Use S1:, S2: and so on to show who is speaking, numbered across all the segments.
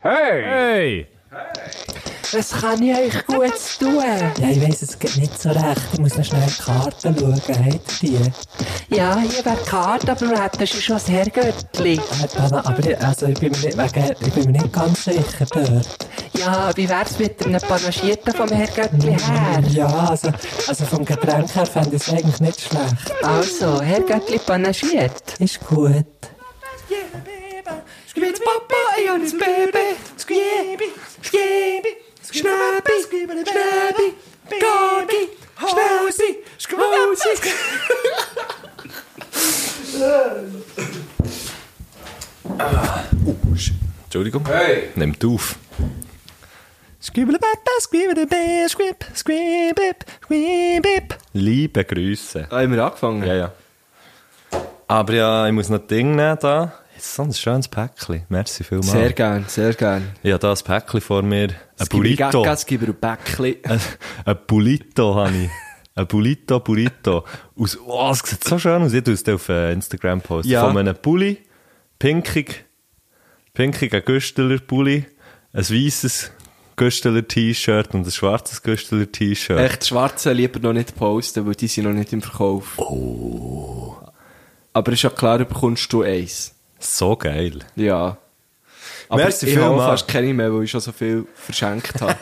S1: Hey!
S2: Hey!
S3: Was kann ich euch Gutes tun?
S4: Ja, ich weiss, es geht nicht so recht. Ich muss noch schnell in die Karten schauen. Habt ihr die?
S3: Ja, hier wäre die Karte, aber wir hätten schon schon das Herrgöttli.
S4: Äh, Dana, aber ich, also ich, bin mir nicht, wegen, ich bin mir nicht ganz sicher dort.
S3: Ja, wie wär's mit einem Panagierten vom Herrgöttli her?
S4: Ja, also, also vom Getränk her fände ich es eigentlich nicht schlecht.
S3: Also, Herrgöttli panagiert.
S4: Ist gut.
S5: Skibidi Papa, ich hab das Baby. Skibi, Skibi, Schnäbi, Schnäbi, Gagi, Schnäusi, Schwusi.
S2: Entschuldigung.
S1: Hey!
S2: Nehmt auf.
S5: Skibidi Papa, Skibidi Bär, Skib, Skibib, Skibib.
S2: Liebe Grüße.
S1: Ah, haben wir angefangen?
S2: Ja, ja. Aber ja, ich muss noch ein Ding nehmen da. So ein schönes Päckchen. Merci vielmals.
S1: Sehr gern, sehr gern.
S2: Ja, da ein Päckchen vor mir. Ein Burrito.
S1: Es gibt ein Päckchen.
S2: Ein ein Burrito habe ich. Ein Burrito, Burrito. Aus, oh, es sieht so schön aus. Ich tue es dir auf äh, Instagram posten.
S1: Ja.
S2: Von einem Pulli, pinkig, pinkig ein Güsteler Pulli, ein weißes Güsteler T-Shirt und ein schwarzes Güsteler T-Shirt.
S1: Echt Schwarze lieber noch nicht posten, weil die sind noch nicht im Verkauf. Oh. Aber ist ja klar, du bekommst du eins.
S2: So geil.
S1: Ja. Aber
S2: Merci
S1: ich habe
S2: vielmals.
S1: fast keine mehr, weil ich schon so viel verschenkt habe.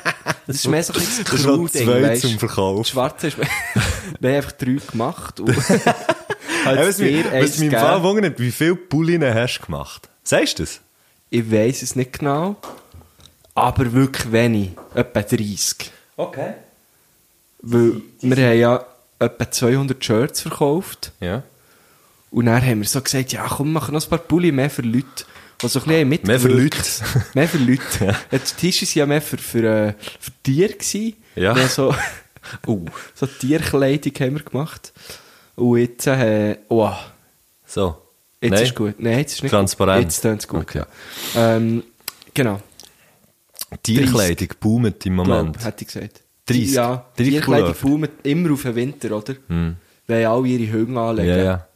S1: Das ist mehr so ein bisschen
S2: Das ist noch
S1: Crew-Ding,
S2: zwei
S1: weisst.
S2: zum Verkauf.
S1: Schwarze ist... Wir haben einfach drei gemacht und...
S2: Hey,
S1: Hat's
S2: was mich,
S1: dir eins
S2: was mich im
S1: gegeben?
S2: Fall wundert, wie viele Pullen hast du gemacht? Sagst du das?
S1: Ich weiß es nicht genau, aber wirklich wenig. Etwa 30.
S2: Okay.
S1: Weil wir haben ja etwa 200 Shirts verkauft.
S2: Ja.
S1: Und dann haben wir so gesagt, ja komm, mach noch ein paar Pulli mehr für Leute. Die so ein bisschen mitgewirkt.
S2: Mehr für Leute.
S1: mehr für Leute. Ja, Die Tische waren ja mehr für, für, äh, für Tiere. Gewesen.
S2: Ja. Uh.
S1: Mehr so, so Tierkleidung haben wir gemacht. Und jetzt, äh, wow,
S2: So.
S1: jetzt
S2: Nein.
S1: ist gut. Nein, jetzt ist nicht
S2: Transparent.
S1: gut. Jetzt tönt es gut.
S2: Okay.
S1: Ja. Ähm, genau.
S2: Tierkleidung boomt im Moment.
S1: Glaub, hätte ich gesagt.
S2: 30.
S1: Ja,
S2: 30
S1: die Kleider
S2: Pullover.
S1: boomen immer auf den Winter, oder? Weil alle ihre Hügel anlegen.
S2: Hm. Ja, ja.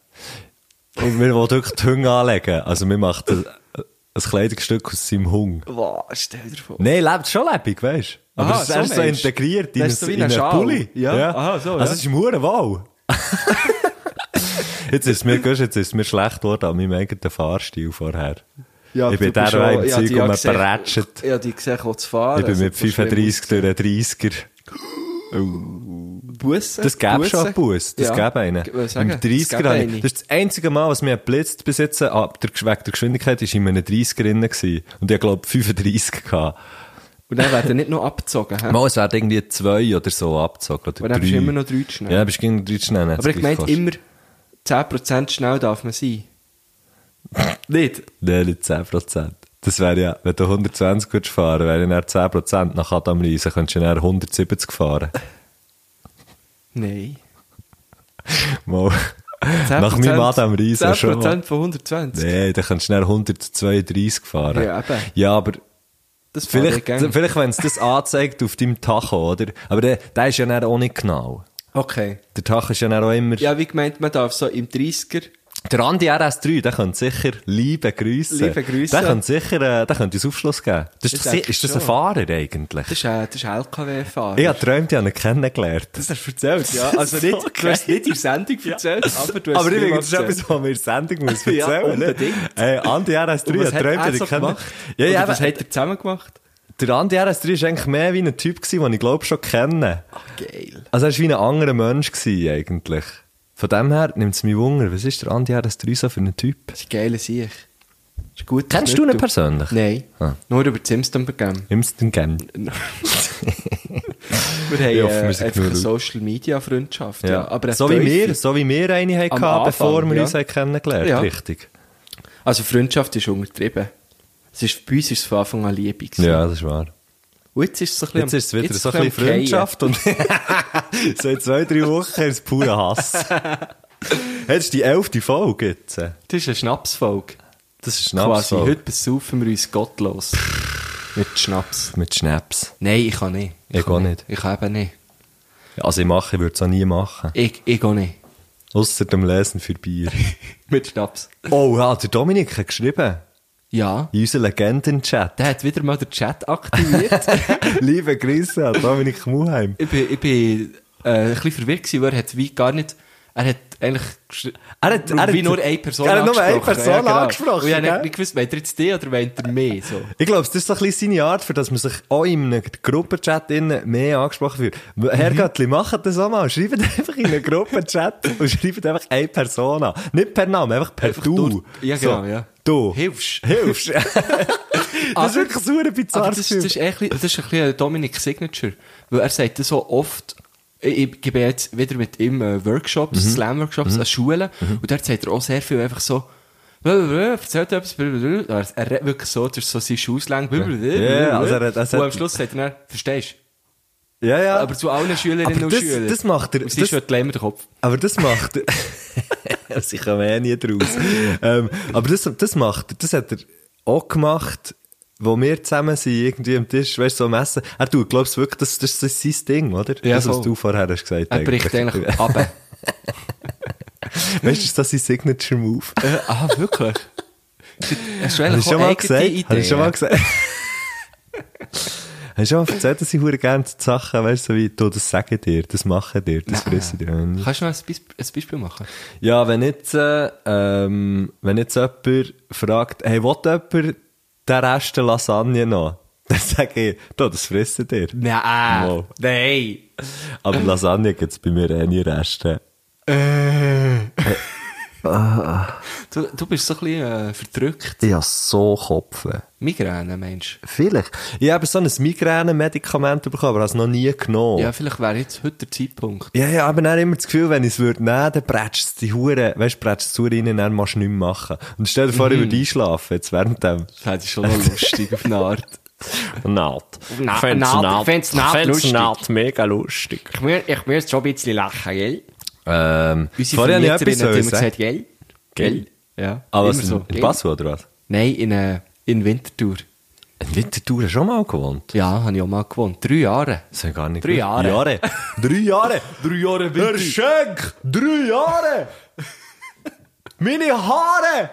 S2: Und wir wollen wirklich die Hunde anlegen. Also, wir machen ein, ein Kleidungsstück aus seinem Hund.
S1: Wow, stell dir vor.
S2: Nein, lebt schon lebendig, weißt du? Aber
S1: Aha,
S2: es ist erst
S1: so
S2: so
S1: meinst du.
S2: integriert in,
S1: Das
S2: ein,
S1: ist so wie
S2: in
S1: ein
S2: einen
S1: Schal.
S2: Pulli.
S1: Ja, aha, so,
S2: Also,
S1: ja.
S2: es ist im Huren wohl. jetzt, ist es mir, gehst, jetzt ist es mir schlecht geworden an meinem eigenen Fahrstil vorher.
S1: Ja,
S2: ich bin
S1: du bist
S2: der, der
S1: schon-
S2: im
S1: ja,
S2: Zeug
S1: die hat
S2: um
S1: gesehen-
S2: brätschelt.
S1: Ja, die gesehen, die zu fahren.
S2: Ich bin mit
S1: Also, so schlimm.
S2: 35 durch einen 30er.
S1: Bussen.
S2: Das gäbe schon einen Bus. Das
S1: Ja.
S2: gäbe einen.
S1: Ich würde sagen,
S2: Im
S1: es
S2: 30er
S1: gäbe
S2: habe
S1: eine.
S2: ich, das ist das einzige Mal, was mir blitzt bis jetzt, ah, der, wegen der Geschwindigkeit, ist in einem 30er drin gewesen. Und ich glaube 35 gehabt.
S1: Und dann werden nicht noch abgezogen. hä?
S2: Mal, es werden irgendwie zwei oder so abgezogen. Oder
S1: Und dann bist du
S2: drei.
S1: immer noch drei zu schnell.
S2: Ja, bist du gegen drei zu schnell.
S1: Aber ich meinte immer, 10% schnell darf man sein. nicht?
S2: Nein, nicht 10%. Das wäre ja, wenn du 120 würdest fahren, wäre ich dann 10% nach Adam Reisen, könntest du dann 170 fahren.
S1: Nein.
S2: Mal. Nach meinem Adam Reisen schon.
S1: 10% von 120.
S2: Nein, dann kannst du schnell 132 fahren.
S1: Ja, eben.
S2: Ja, aber
S1: Das fahre ich
S2: vielleicht,
S1: gerne.
S2: vielleicht wenn es das anzeigt auf deinem Tacho, oder? Aber der, der ist ja dann auch nicht genau.
S1: Okay.
S2: Der Tacho ist ja dann auch immer...
S1: Ja, wie gemeint, man darf so im 30er
S2: Der Andi RS3, der könnte sicher liebe Grüße.
S1: Liebe Grüsse.
S2: Der könnte sicher, äh, der könnte uns Aufschluss geben. Das
S1: Ich
S2: ist, doch sehr-
S1: denke
S2: ist das
S1: schon.
S2: ein Fahrer eigentlich?
S1: Das ist, äh, das ist LKW-Fahrer.
S2: ich habe geträumt, ich habe ihn kennengelernt.
S1: das hast du erzählt, ja. Also nicht,
S2: So
S1: du hast es nicht in der Sendung erzählt, aber du hast
S2: Aber
S1: es
S2: ich
S1: mir
S2: denke,
S1: mal
S2: das ist etwas, was wir in der Sendung muss
S1: Ja,
S2: erzählen
S1: unbedingt.
S2: Hey, Andi RS3,
S1: Und
S2: ich habe
S1: was hat
S2: geträumt, ich
S1: er
S2: habe
S1: so
S2: ihn kennengelernt.
S1: gemacht?
S2: Ja,
S1: Oder
S2: ja,
S1: was
S2: eben.
S1: hat er zusammen gemacht?
S2: Der Andi RS3 war eigentlich mehr wie ein Typ, gewesen, den ich glaube schon kenne.
S1: Geil.
S2: Also er war wie ein anderer Mensch gewesen, eigentlich. Von dem her nimmt es mich Wunder, was ist der Andi RS3 so für ein Typ?
S1: Das ist ein geiler Sieg. Das ist gut.
S2: Kennst du ihn persönlich?
S1: Nein.
S2: Ah.
S1: Nur über die Simpsons begeben.
S2: Imston Gen.
S1: Wir haben
S2: Ich hoffe, wir
S1: äh,
S2: sind
S1: einfach eine
S2: genug.
S1: Social-Media-Freundschaft. Ja. aber eine
S2: so, wie
S1: tiefe.
S2: wir, so wie wir eine hatten,
S1: Am
S2: gehabt, bevor
S1: Anfang,
S2: wir
S1: ja.
S2: uns haben kennengelernt
S1: Ja.
S2: haben. Richtig.
S1: Also Freundschaft ist untertrieben. Es ist, bei uns ist es von Anfang an Liebe. gewesen.
S2: Ja, das ist wahr.
S1: Und jetzt ist es so ein bisschen...
S2: Jetzt ist es wieder so ein bisschen
S1: am Fallen.
S2: Freundschaft und seit zwei, drei Wochen ist es purer Hass. Jetzt ist die elfte Folge jetzt.
S1: Das ist eine Schnapsfolge.
S2: Das ist
S1: Quasi.
S2: Schnaps-Folge.
S1: Heute besaufen wir uns gottlos. Mit Schnaps.
S2: Mit Schnaps.
S1: Nein, ich kann nicht.
S2: Ich
S1: kann
S2: auch
S1: Ich kann eben nicht.
S2: Also ich mache, ich würde es auch nie machen.
S1: Ich, ich auch nicht.
S2: Ausser dem Lesen für Bier.
S1: Mit Schnaps.
S2: oh ja, der Dominik hat geschrieben.
S1: Ja.
S2: In unseren Legenden-Chat.
S1: Der hat wieder mal den Chat aktiviert.
S2: Liebe Grüße an Dominik Muheim.
S1: ich bin, ich bin äh, ein bisschen verwirrt gewesen, weil er hat wie gar nicht... Er hat eigentlich... gesch-
S2: Er hat- er
S1: wie
S2: hat-
S1: nur eine Person
S2: er hat nur
S1: angesprochen.
S2: eine Person
S1: genau.
S2: angesprochen,
S1: Und ich habe
S2: gell?
S1: nicht- nicht gewusst, meint er jetzt die oder meint er mehr? So.
S2: Ich glaube, das ist so ein bisschen seine Art, für dass man sich auch in einem Gruppenchat innen mehr angesprochen fühlt. Herr
S1: Mhm.
S2: Göttli, macht das auch mal. Schreibt einfach in einen Gruppenchat und schreibt einfach eine Person an. Nicht per Name, einfach per Du.
S1: durch- Ja, genau,
S2: so.
S1: ja.
S2: Du.
S1: Hilfst.
S2: Hilfst. das
S1: Aber-
S2: ist wirklich so ein
S1: Aber
S2: bizarres
S1: das, das, ist
S2: Gefühl.
S1: echt, ein bisschen- das ist ein bisschen ein Dominik Signature. Weil er sagt das so oft, ich, ich gebe jetzt wieder mit ihm äh, Workshops,
S2: Mhm.
S1: Slam-Workshops an Schulen, und dort sagt er auch sehr viel einfach so, blablabla, erzählt etwas, blablabla. Er- er redet wirklich so, durch so seine Schusslang,
S2: Ja, also er hat- er
S1: und
S2: hat-
S1: am Schluss sagt er dann, verstehst
S2: Ja, ja.
S1: du? Aber zu allen Schülerinnen
S2: Aber
S1: und
S2: das-
S1: Schülern.
S2: das macht er-
S1: Und sie
S2: das-
S1: schüttelt immer den Kopf.
S2: Aber das macht. also ich komme eh nie draus. ähm, aber das, das macht, das hat er auch gemacht, wo wir zusammen sind, irgendwie am Tisch, weißt du, so am Essen. Er tut, glaubst du wirklich, das, das ist sein Ding, oder?
S1: Ja,
S2: das, was
S1: voll.
S2: du vorher hast gesagt
S1: Er bricht eigentlich ab.
S2: Weißt du, ist das sein Signature Move?
S1: äh, ah, wirklich? Hast du
S2: Habe ich
S1: eigentlich
S2: schon
S1: auch
S2: mal
S1: eigene
S2: gesagt? Habe
S1: Ideen?
S2: ich schon mal gesagt? Hast du schon mal erzählt, dass ich hure gerne die Sachen, weißt du, so wie, du, das sage ich dir, das mache ich dir, das fresse ich dir.
S1: Kannst du mal ein, Beisp ein Beispiel machen?
S2: Ja, wenn jetzt, äh, ähm, wenn jetzt jemand fragt, hey, will jemand den Rest der Lasagne noch? Dann sage ich, du, das fressen dir.
S1: Nein.
S2: Wow.
S1: Nein.
S2: Aber Lasagne gibt es bei mir eh nie Reste.
S1: Eh. Du, du bist so ein bisschen äh, verdrückt.
S2: Ich habe so Kopfen.
S1: Migräne, Mensch.
S2: Vielleicht. Ich habe so ein Migräne-Medikament bekommen, aber habe es noch nie genommen.
S1: Ja, vielleicht wäre jetzt heute der Zeitpunkt.
S2: Ja, ja, aber dann immer das Gefühl, wenn ich es würde nehmen, dann prätscht es die Hure, weißt du, prätscht es zu rein, dann machst du nichts mehr machen. Und stell dir vor, ich würde einschlafen, jetzt während dem.
S1: Das hätte ich schon noch lustig auf eine Art.
S2: Naht.
S5: Na- Fänd's Naht- Naht- fänd's Naht fänd's lustig. Naht
S2: mega lustig.
S5: Ich, mü- ich müsste schon ein bisschen lachen, gell?
S2: Ähm,
S1: Unsere
S2: vorher habe ich
S1: Vermieterin
S2: etwas
S1: hat
S2: sollen
S1: immer
S2: sagen.
S1: gesagt, gell?
S2: Gell?
S1: Ja,
S2: Ah, was,
S1: immer so.
S2: in Basel oder was?
S1: Nein, in, äh, in Winterthur.
S2: In Winterthur schon mal gewohnt.
S1: Ja, habe ich auch mal gewohnt. Drei Jahre.
S2: Das habe ich gar nicht
S1: Drei
S2: gewusst.
S1: Jahre.
S2: Drei Jahre.
S1: Drei Jahre
S2: Herr Schenk, drei Jahre. Meine Haare.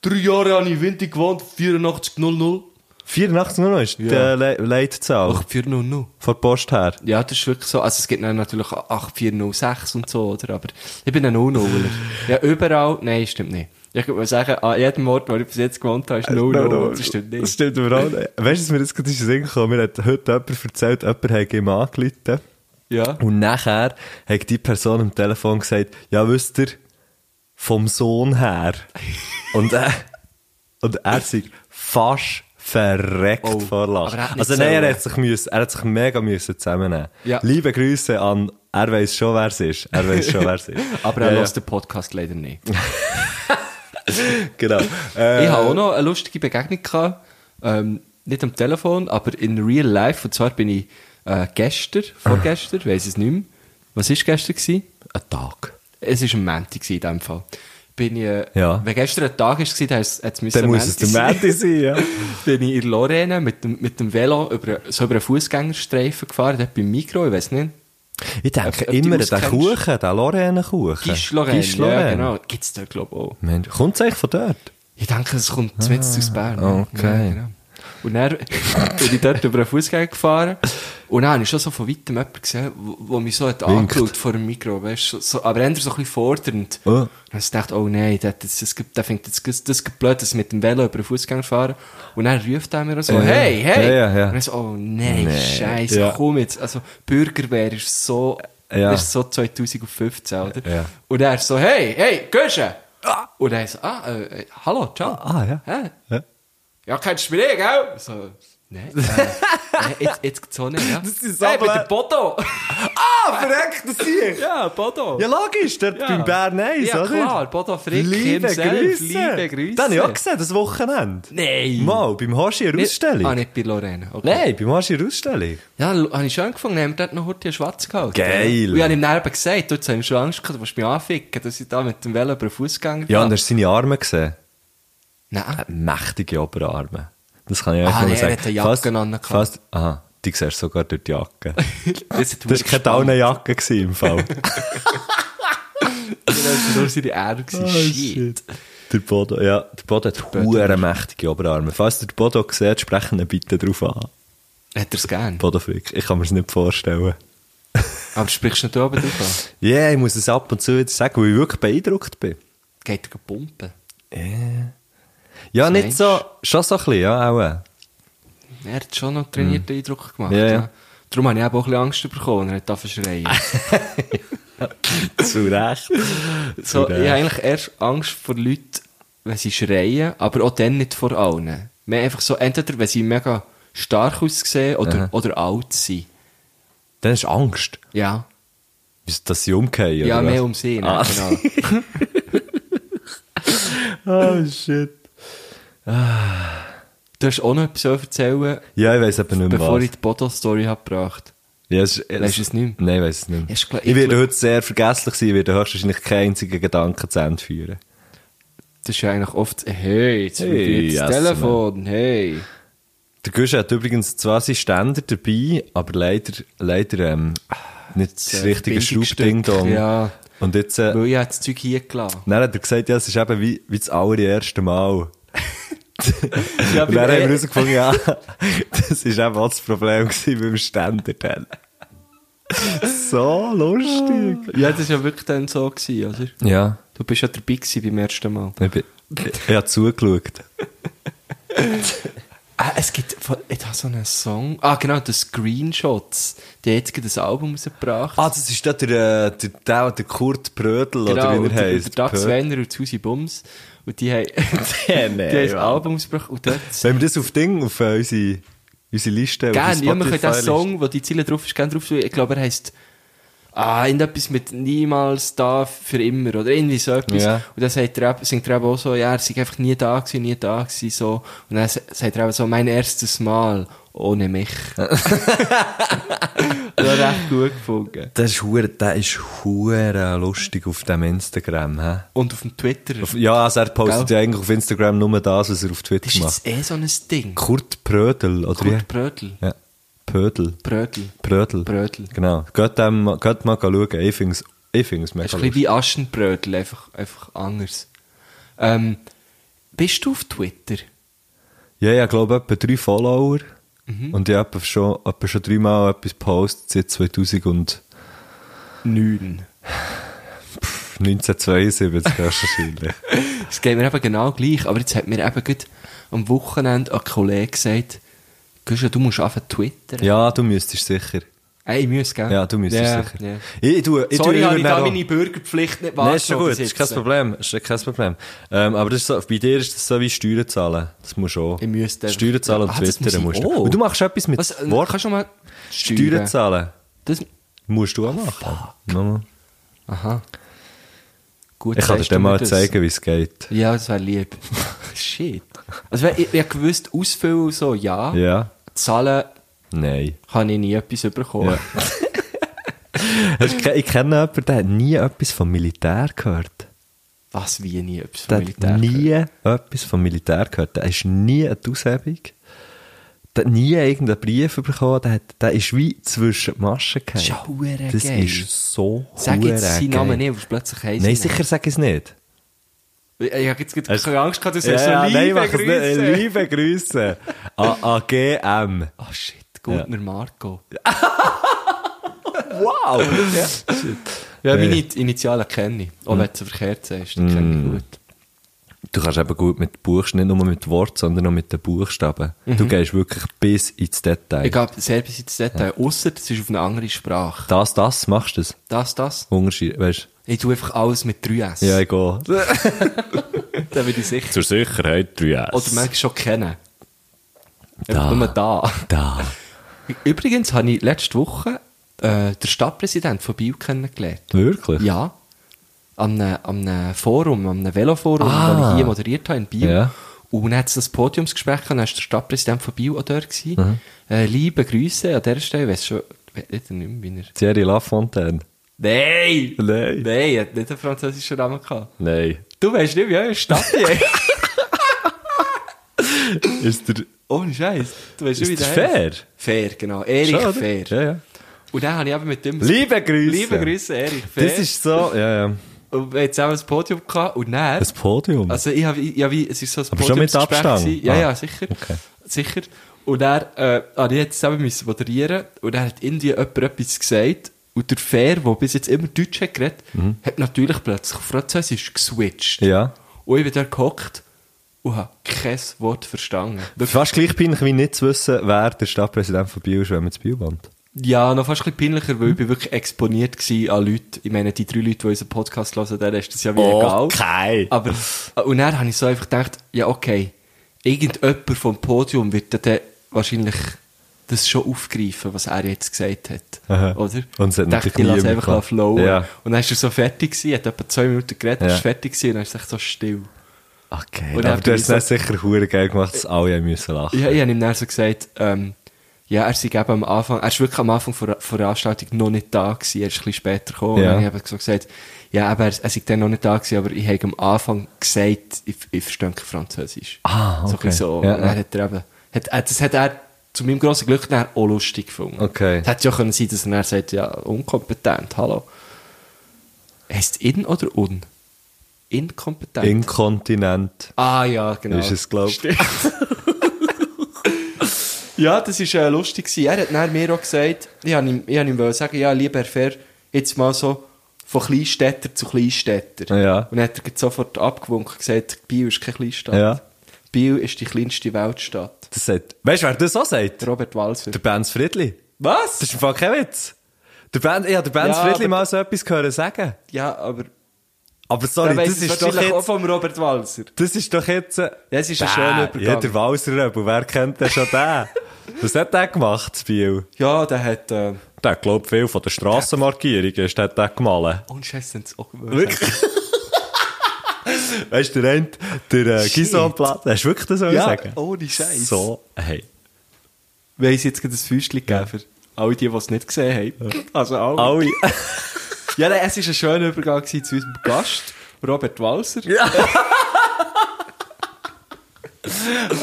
S1: Drei Jahre habe ich in Winter gewohnt, 8400.
S2: 84,00 ist
S1: Ja.
S2: die Le Leitzahl.
S1: Ach, 400.
S2: Von der Post her.
S1: Ja, das ist wirklich so. Also es gibt dann natürlich 8406 und so, oder? Aber ich bin ein No-Noler. ja, überall... Nein, stimmt nicht. Ich würde mal sagen, an jedem Ort, wo ich bis jetzt gewohnt habe, ist No-No. Das stimmt nicht.
S2: Äh, Das stimmt überhaupt nicht. Weißt du, was mir jetzt gerade in den Sinn kam? Mir hat heute jemand erzählt, jemand hat ihm angerufen.
S1: Ja.
S2: Und nachher hat die Person am Telefon gesagt, ja, wisst ihr, vom Sohn her. Und, äh, und er sei fast verreckt
S1: Oh,
S2: vor Lachen.
S1: aber er hat nicht
S2: Also nein, er
S1: sollen.
S2: hat sich, müssen, er hat sich mega müssen zusammennehmen.
S1: Ja.
S2: Liebe Grüße an, er weiß schon, wer es ist. Er weiß schon, wer es ist.
S1: Aber er
S2: ja, Äh.
S1: lässt den Podcast leider nicht.
S2: ja, Genau. Äh,
S1: Ich hatte auch noch eine lustige Begegnung. Gehabt. Ähm, nicht am Telefon, aber in real life. Und zwar bin ich äh, gestern, vorgestern, weiss es nicht mehr. Was war gestern? Gewesen?
S2: Ein Tag.
S1: Es war ein Mänti gewesen in diesem Fall. Bin ich, äh,
S2: Ja.
S1: Wenn gestern ein Tag war, dann hat's- hat's müssen
S2: Dann muss es der
S1: sein.
S2: Mänti sein, ja.
S1: bin ich in Lorena mit dem, mit dem Velo über, so über einen Fußgängerstreifen gefahren, dort beim Mikro, ich weiß nicht.
S2: Ich denke
S1: Ob- ob die
S2: immer an den
S1: auskennst?
S2: Kuchen, den Lorraine-Kuchen.
S1: Gischlorena.
S2: Gischlorraine.
S1: Ja, genau. Gibt es dort, glaube ich, auch.
S2: Mensch, kommt es eigentlich von dort?
S1: Ich denke, es kommt zumindest aus Bern.
S2: okay.
S1: Ja, genau. Und dann bin ich dort über einen Fußgänger gefahren. Und dann habe ich schon so von weitem jemanden gesehen, wo, wo mich so hat
S2: Winkt.
S1: angeschaut vor dem Mikro, weißt du, so, aber eher so ein bisschen fordernd.
S2: Oh.
S1: Und dann dachte ich, gedacht, oh nein, das, das, das, gibt- der findet das, das, das gibt blöd, dass ich mit dem Velo über einen Fußgänger fahre. Und dann ruft er mir so,
S2: Ja.
S1: hey, hey!
S2: Ja, ja, ja.
S1: Und dann so, oh nein,
S2: Nee.
S1: scheiße,
S2: Ja.
S1: komm jetzt. Also, Bürgerwehr ist so,
S2: Ja.
S1: ist so 2015, oder?
S2: Ja.
S1: Und er so, hey, hey, Gösche! Und er so, ah, äh, äh, hallo, ciao.
S2: Ah, ja.
S1: Hä?
S2: Ja.
S1: Ja, kennst du mich nicht, gell? So, nein, äh, nein, jetzt, jetzt geht's auch nicht, ja.
S2: Das ist
S1: hey,
S2: aber-
S1: mit dem Bodo!
S2: Ah, verreckt, das sehe
S1: ja, Bodo!
S2: Ja, logisch, dort
S1: Ja.
S2: beim Bern 1,
S1: Ja,
S2: oder?
S1: klar, Bodo Frick himself, liebe Grüße.
S2: Das habe ich auch gesehen, das Wochenende.
S1: Nein!
S2: Mal, beim Hoshi in der
S1: Nicht-
S2: Ausstellung.
S1: Ah, nicht bei Lorena. Okay.
S2: Nein, beim Hoshi in der Ausstellung.
S1: Ja, l- habe ich schön gefunden, haben wir dort noch heute schwarz gehalten.
S2: Geil.
S1: Und ich habe ihm dann eben gesagt, dort haben wir schon Angst gehabt, du musst mich anficken, dass ich da mit dem Velo über den Fußgänger
S2: Ja, und hast du seine Arme gesehen?
S1: Nein.
S2: Er hat Mächtige Oberarme. Das kann ich euch
S1: Ah, nee,
S2: nur
S1: er
S2: sagen.
S1: hat eine Jacke an.
S2: fast, aha, die siehst du sogar durch die Jacke.
S1: Das ist
S2: Das war keine Daunenjacke gewesen im Fall. Ah,
S1: Das war nur seine Ehre. gewesen.
S2: Oh,
S1: shit.
S2: shit. Der Bodo, ja, der Bodo hat hure mächtige Oberarme. Falls ihr den Bodo seht, sprechen ihn bitte drauf an.
S1: Hat er es gern?
S2: Bodo Frick, ich kann mir es nicht vorstellen.
S1: Aber sprichst du nicht oben drauf an?
S2: Ja, yeah, ich muss es ab und zu jetzt sagen, weil ich wirklich beeindruckt bin.
S1: Geht er pumpen?
S2: Ja,
S1: Was
S2: nicht
S1: meinst
S2: so, schon so ein bisschen, ja, auch. äh.
S1: Er hat schon noch trainierten Eindruck gemacht.
S2: Mm. Ja, Ah, ja.
S1: Darum habe ich eben auch ein bisschen Angst bekommen, er hat da schreien.
S2: äh, Zu Recht.
S1: so, ich
S2: Recht.
S1: habe eigentlich erst Angst vor Leuten, wenn sie schreien, aber auch dann nicht vor allen. Mehr einfach so, entweder wenn sie mega stark aussehen oder,
S2: Aha.
S1: oder alt sind.
S2: Dann ist Angst,
S1: Ja.
S2: bis- dass sie umgehen.
S1: Ja,
S2: oder
S1: mehr
S2: was?
S1: um sie. ne,
S2: Ah.
S1: Genau.
S2: Oh, shit.
S1: Du hast auch noch etwas erzählen,
S2: Ja, ich weiß eben nicht mehr
S1: bevor
S2: was.
S1: ich die Bodo-Story habe gebracht
S2: Ja, es, es,
S1: Weisst du es nicht
S2: Nein, ich weiß es nicht mehr.
S1: Hast du gleich-
S2: ich werde heute sehr vergesslich sein, ich werde höchstwahrscheinlich keinen einzigen Gedanken zu Ende führen.
S1: Das ist ja eigentlich oft, hey, jetzt
S2: Hey,
S1: hey, das
S2: yes,
S1: Telefon, hey.
S2: Der Gusch hat übrigens zwar seinen Ständer dabei, aber leider, leider ähm, nicht das,
S1: äh,
S2: richtige
S1: Verbindungsstück,
S2: Schraubding.
S1: ja.
S2: Und jetzt... Äh,
S1: Weil ich habe das Zeug hier gelassen.
S2: Dann hat er gesagt, ja, es ist eben wie, wie das allererste Mal.
S1: Ja,
S2: Und dann haben wir
S1: bei-
S2: herausgefunden, ja, das war eben auch das Problem gewesen beim Ständer dann. So lustig.
S1: ja, das war ja wirklich dann so, gewesen, oder?
S2: Ja,
S1: Du bist ja dabei gewesen beim ersten Mal.
S2: ich, bin, ich habe zugeschaut.
S1: Ah, es gibt, von- ich habe so einen Song, ah genau, den Screenshots. Der hat gerade das Album rausgebracht.
S2: Ah, das ist da der, äh, der, der, der Kurt Brödel,
S1: genau,
S2: oder wie er
S1: und der-
S2: heißt.
S1: und Der Doug
S2: Pö-
S1: Swenner und Susi Bums. Und die haben,
S2: Ja, nee,
S1: die haben das
S2: Mann.
S1: Album rausgebracht und dort...
S2: Wenn wir das auf Ding, auf äh, unsere, unsere Liste, auf
S1: Gerne,
S2: unsere
S1: ja, man könnte den
S2: Spotify-Liste-
S1: Song, wo die Ziele drauf ist, gerne drauf tun. Ich glaube, er heisst ah, irgendetwas mit niemals da für immer oder irgendwie so etwas.
S2: Ja.
S1: Und dann sagt er, eben- singt er eben auch so, ja, er sei einfach nie da gewesen, nie da gewesen, so. Und dann se- sagt er eben so, mein erstes Mal ohne mich. das hat echt gut gefunden.
S2: Das ist hure, der ist hure lustig auf dem Instagram, hä?
S1: Und auf dem Twitter,
S2: Auf- Ja, also er postet ja eigentlich auf Instagram nur das, was er auf Twitter
S1: das ist
S2: macht.
S1: jetzt eh so ein Ding.
S2: Kurt Prödel, oder
S1: Kurt
S2: wie?
S1: Brödel.
S2: Ja. Pödel.
S1: Brödel.
S2: Prödel.
S1: Brödel.
S2: Genau. Geht, dem, mal- geht mal schauen. Ich finde es ich find's
S1: Das
S2: mega
S1: ist ein bisschen
S2: lustig.
S1: wie Aschenbrödel, einfach, einfach anders. Ähm, bist du auf Twitter?
S2: Ja, ich glaube etwa drei Follower.
S1: Mhm.
S2: Und ich habe schon, etwa schon dreimal etwas gepostet seit 2019,
S1: Neun.
S2: 1972 wahrscheinlich.
S1: Es geht mir eben genau gleich, aber jetzt hat mir eben gerade am Wochenende ein Kollege gesagt, Guschen, du musst anfangen twittern.
S2: ja, du müsstest sicher.
S1: Ey, ich muss, gell?
S2: Ja, du müsstest
S1: Ja,
S2: sicher.
S1: ja.
S2: Ich, ich tue, ich tue
S1: Sorry, habe ich
S2: immer
S1: da
S2: noch-
S1: meine Bürgerpflicht nicht
S2: Nein, ist schon gut,
S1: wahrgenommen.
S2: das ist kein
S1: bis jetzt.
S2: Problem. Das ist kein Problem. Ähm, aber das ist so, bei dir ist das so wie Steuern zahlen. Das musst du auch.
S1: Ich müsste einfach-
S2: Steuern zahlen und
S1: Ah, das
S2: twittern
S1: muss
S2: musst
S1: ich
S2: du.
S1: auch.
S2: Und du machst etwas mit
S1: Was, äh,
S2: Wort.
S1: kannst du Ah, mal
S2: Steuern zahlen.
S1: Das,
S2: Musst du auch machen. Mama.
S1: aha. Gut,
S2: Ich kann dir
S1: sagst
S2: dann
S1: du mir
S2: mal
S1: das.
S2: zeigen, wie es geht.
S1: Ja, das wäre lieb. Shit. Also, wenn ich, ich hab gewusst, ausfüllen und so, ja.
S2: Ja?
S1: Zahlen
S2: Nein.
S1: kann ich nie etwas bekommen.
S2: Ja. Hast du ke- ich kenne jemanden, der hat nie etwas vom Militär gehört.
S1: Was, wie nie etwas
S2: Der
S1: vom Militär?
S2: hat nie etwas vom Militär gehört. Der ist nie eine Aushebung. Der hat nie irgendeinen Brief bekommen. Der, hat, der ist wie zwischen die Maschen
S1: ist ja
S2: gefallen.
S1: hure
S2: Das
S1: geil.
S2: ist so
S1: Sag jetzt
S2: hure
S1: seinen
S2: geil.
S1: Namen nicht, weil es plötzlich heisst.
S2: Nein, sicher sag ich es nicht.
S1: Ich ich hab jetzt gerade
S2: Hast-
S1: keine Angst gehabt, dass er so
S2: nein,
S1: liebe
S2: mach es nicht. Äh,
S1: Grüße.
S2: Liebe Grüße. A- AGM.
S1: Ah shit, Gurtner Marco.
S2: Wow.
S1: Ja,
S2: Nee.
S1: meine Initialen kenne ich. Auch wenn du sie verkehrt sagst, die kenne ich
S2: Mm.
S1: gut.
S2: Du kannst eben gut mit Buchstaben, nicht nur mit Wort, sondern auch mit den Buchstaben.
S1: Mhm.
S2: Du gehst wirklich bis ins Detail.
S1: Ich glaube, sehr bis ins Detail. Ausser, das ist auf eine andere Sprache.
S2: Das, das, machst du das.
S1: Das, das.
S2: Unterschied, weißt
S1: Ich tue einfach alles mit 3S.
S2: du? Ja, ich gehe.
S1: Da bin ich sicher.
S2: Zur Sicherheit 3S.
S1: Oder manchmal schon kennen.
S2: Da.
S1: Nur da.
S2: Da.
S1: Übrigens habe ich letzte Woche äh, den Stadtpräsidenten von Biel kennengelernt.
S2: Wirklich?
S1: Ja. An einem, an einem Forum, an einem Veloforum,
S2: Ah.
S1: das ich hier moderiert habe in Biel.
S2: Ja.
S1: Und dann hat es das Podiumsgespräch gehabt, dann war der Stadtpräsident von Biel auch dort. gewesen. Äh, liebe Grüße an dieser Stelle, ich weiss schon, ich weiss nicht mehr, wie er...
S2: Thierry Lafontaine.
S1: Nein!
S2: Nein.
S1: Nein, er hat nicht einen französischen Namen gehabt.
S2: Nein.
S1: Du weißt nicht, wie er Stadt ist.
S2: Ist der,
S1: Ohne Scheiß. Du weißt nicht, wie
S2: ist der
S1: der heisst.
S2: fair?
S1: Fair, genau. Erich
S2: Schon, oder?
S1: Fair.
S2: Ja, ja.
S1: Und dann habe ich eben mit dem...
S2: Liebe Grüße.
S1: Liebe Grüße, Erich Fair.
S2: Das ist so, ja, ja.
S1: Und wir hatten zusammen ein Podium gehabt. Und dann,
S2: Das Podium.
S1: also ich habe, ich habe, es ist so ein
S2: Aber schon mit
S1: Podiumsgespräch
S2: Abstand?
S1: gewesen. Ja,
S2: Ah.
S1: ja, sicher.
S2: Okay.
S1: Sicher. Und dann, äh, habe ich jetzt zusammen müssen moderieren. Und dann hat irgendwie jemand etwas gesagt. Und der Fair, der bis jetzt immer Deutsch hat geredet, hat natürlich plötzlich auf Französisch geswitcht.
S2: Mhm. ja.
S1: Und ich bin dort gehockt und habe kein Wort verstanden.
S2: Fast gleich peinlich, wie nicht zu wissen, wer der Stadtpräsident von Biel ist, wenn man zu Biel wohnt.
S1: Ja, noch fast ein bisschen peinlicher, weil ich bin wirklich exponiert war an Leute. Ich meine, die drei Leute, die unseren Podcast hören, denen ist das ja wie
S2: Oh,
S1: egal.
S2: Okay.
S1: Aber, und dann habe ich so einfach gedacht, ja, okay, irgendjemand vom Podium wird dann wahrscheinlich das schon aufgreifen, was er jetzt gesagt hat.
S2: Aha.
S1: Oder?
S2: Und es hat
S1: Ich dachte,
S2: natürlich
S1: ich lasse
S2: niemand
S1: einfach
S2: gehabt.
S1: flowen.
S2: Ja.
S1: Und dann ist er so fertig gewesen, hat etwa zwei Minuten geredet,
S2: Ja.
S1: ist fertig gewesen und dann ist es echt so still.
S2: Okay.
S1: Und
S2: aber
S1: dann
S2: du hast es
S1: bin
S2: nicht
S1: ich
S2: sicher hure geil gemacht, dass alle haben müssen lachen.
S1: Ja, ich habe ihm dann so gesagt, ähm, ja, er sei eben am Anfang, er ist wirklich am Anfang der Veranstaltung noch nicht da gewesen, er ist ein bisschen später gekommen.
S2: Ja.
S1: Und ich habe so gesagt, ja, aber er, er sei dann noch nicht da gewesen, aber ich habe am Anfang gesagt, ich, ich verstehe kein Französisch.
S2: Ah,
S1: So ein
S2: okay.
S1: bisschen so.
S2: Ja,
S1: und dann
S2: ja.
S1: hat er eben, hat, äh, das hat er zu meinem grossen Glück dann auch lustig gefunden.
S2: Okay.
S1: Es hätte ja können sein, dass er dann sagt, ja, unkompetent, hallo. Heißt in oder un? Inkompetent.
S2: Inkontinent
S1: ah, ja, genau.
S2: ist es, glaube ich.
S1: Ja, das war äh, lustig. gewesen. Er hat dann mir auch gesagt, ich wollte ihm, ich wollte ihm wollen sagen, ja, lieber Herr Fair, jetzt mal so von Kleinstädter zu Kleinstädter.
S2: Ja.
S1: Und dann hat er gerade sofort abgewunken und gesagt, Biel ist keine Kleinstadt.
S2: Ja.
S1: Biel ist die kleinste Weltstadt.
S2: Das sagt, weißt du, wer das auch sagt?
S1: Der Robert Walser.
S2: Der Benz Friedli.
S1: Was?
S2: Das ist im Fall kein Witz. Der Ben, ich habe den Benz
S1: Ja,
S2: Friedli
S1: aber-
S2: mal so etwas gehört sagen.
S1: Ja, aber
S2: Aber sorry,
S1: der weiss
S2: das
S1: es
S2: ist doch
S1: wahrscheinlich auch
S2: jetzt...
S1: vom Robert Walser.
S2: Das ist doch jetzt... äh,
S1: Das ist ein
S2: Bäh,
S1: schöner Übergang.
S2: Ja, der Walseröbel, wer kennt denn schon den? Was hat der gemacht, das Biel?
S1: Ja, der hat... Äh,
S2: Der glaubt viel von der Strassenmarkierung, ist der der gemalt.
S1: und Scheiße, das auch
S2: Wirklich? Weißt du, der eine, der äh,
S1: Shit.
S2: Gison-Platz, hast du wirklich das wollen
S1: Ja,
S2: sagen?
S1: ohne Scheiß.
S2: So, hey.
S1: Wir haben uns jetzt gerade ein Fäustchen gegeben für alle, die die es nicht gesehen haben. Also alle.
S2: Alle...
S1: Ja, nein, es war ein schöner Übergang gewesen zu unserem Gast, Robert Walser.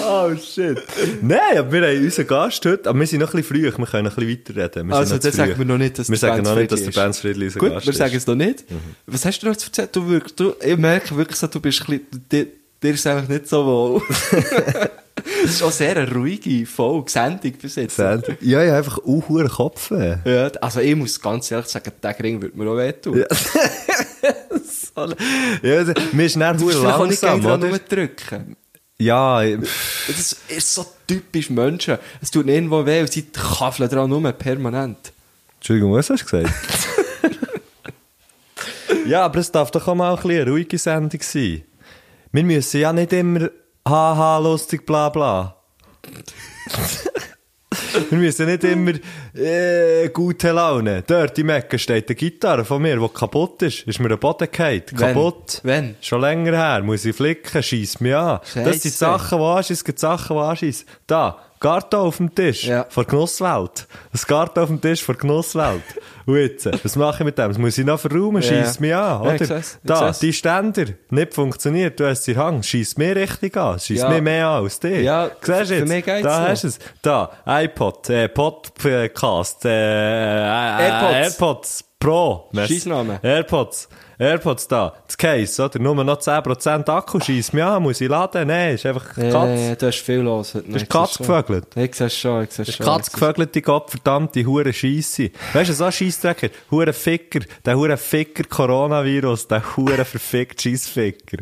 S2: Oh shit. Nein, aber wir haben unseren Gast heute, aber wir sind noch ein bisschen früh, wir können noch ein bisschen weiterreden. Wir
S1: Also,
S2: sind noch
S1: dann
S2: zu
S1: sagen
S2: früh.
S1: wir noch nicht, dass
S2: wir
S1: der
S2: sagen
S1: Benz
S2: noch nicht, dass der
S1: Friedli ist. Mhm.
S2: Benz Friedli unser
S1: Gut,
S2: Gast
S1: wir sagen
S2: ist.
S1: es noch nicht. Was hast du noch zu erzählen? Du wirkst, du, ich merke wirklich so, du bist ein bisschen, dir, dir ist es eigentlich nicht so wohl. Es ist auch sehr eine ruhige Folge, Sendung bis jetzt.
S2: Send- Ja, ja, einfach unhuren Kopf. weh.
S1: Ja, also ich muss ganz ehrlich sagen, der Ring würde mir auch wehtun.
S2: Ja. Ja, also, mir ist dann
S1: Du
S2: hure
S1: bist vielleicht auch nicht
S2: langsam,
S1: geil dran
S2: oder?
S1: rumdrücken.
S2: Ja, pff,
S1: Das ist so typisch Menschen. Es tut irgendwo weh und sie kaffeln dran rum, permanent.
S2: Entschuldigung, was hast du gesagt? ja, aber es darf doch auch mal ein bisschen eine ruhige Sendung sein. Wir müssen ja nicht immer haha, lustig, bla bla. Wir müssen nicht immer äh, gute Laune. Dort im Ecke steht eine Gitarre von mir, die kaputt ist. Ist mir der Boden gefallen. Kaputt.
S1: Wann?
S2: Schon länger her. Muss ich flicken, schieß mich an. Das sind
S1: Scheisse.
S2: Sachen, die anschiessen, gibt Sachen, die anschiessen. Da, Karton auf dem Tisch.
S1: Ja.
S2: Vor Genusswelt. Ein Karton auf dem Tisch vor Genusswelt. Und jetzt, was mache ich mit dem? Das muss ich noch verräumen,
S1: Ja.
S2: schieß mich an,
S1: Ja,
S2: oder?
S1: ich seh's, ich
S2: da,
S1: seh's.
S2: die Ständer. Nicht funktioniert, du hast sie hang. Schieß mir richtig an. Schieß
S1: Ja.
S2: mir mehr an als dich.
S1: Ja,
S2: Siehst du
S1: für
S2: jetzt?
S1: mich geht's
S2: Da
S1: noch.
S2: hast du es. Da, iPod, äh, Podcast, äh, äh,
S1: AirPods.
S2: AirPods Pro. Äh, Mess.
S1: Scheissname.
S2: AirPods. AirPods da. Das Case, oder? Nur noch 10% Akku schießt mich an, muss ich laden. Nein, ist einfach eine Katze.
S1: Äh, du hast viel los. Du
S2: ist Katz gevögelt.
S1: Ich sehe schon, ich sehe
S2: Das ist
S1: schon.
S2: katzgevögelte Kopf, verdammte hure Scheisse. Weißt du, so ein Scheissdrecker, hure Ficker, der hure Ficker Coronavirus, der hure verfickt Scheissficker.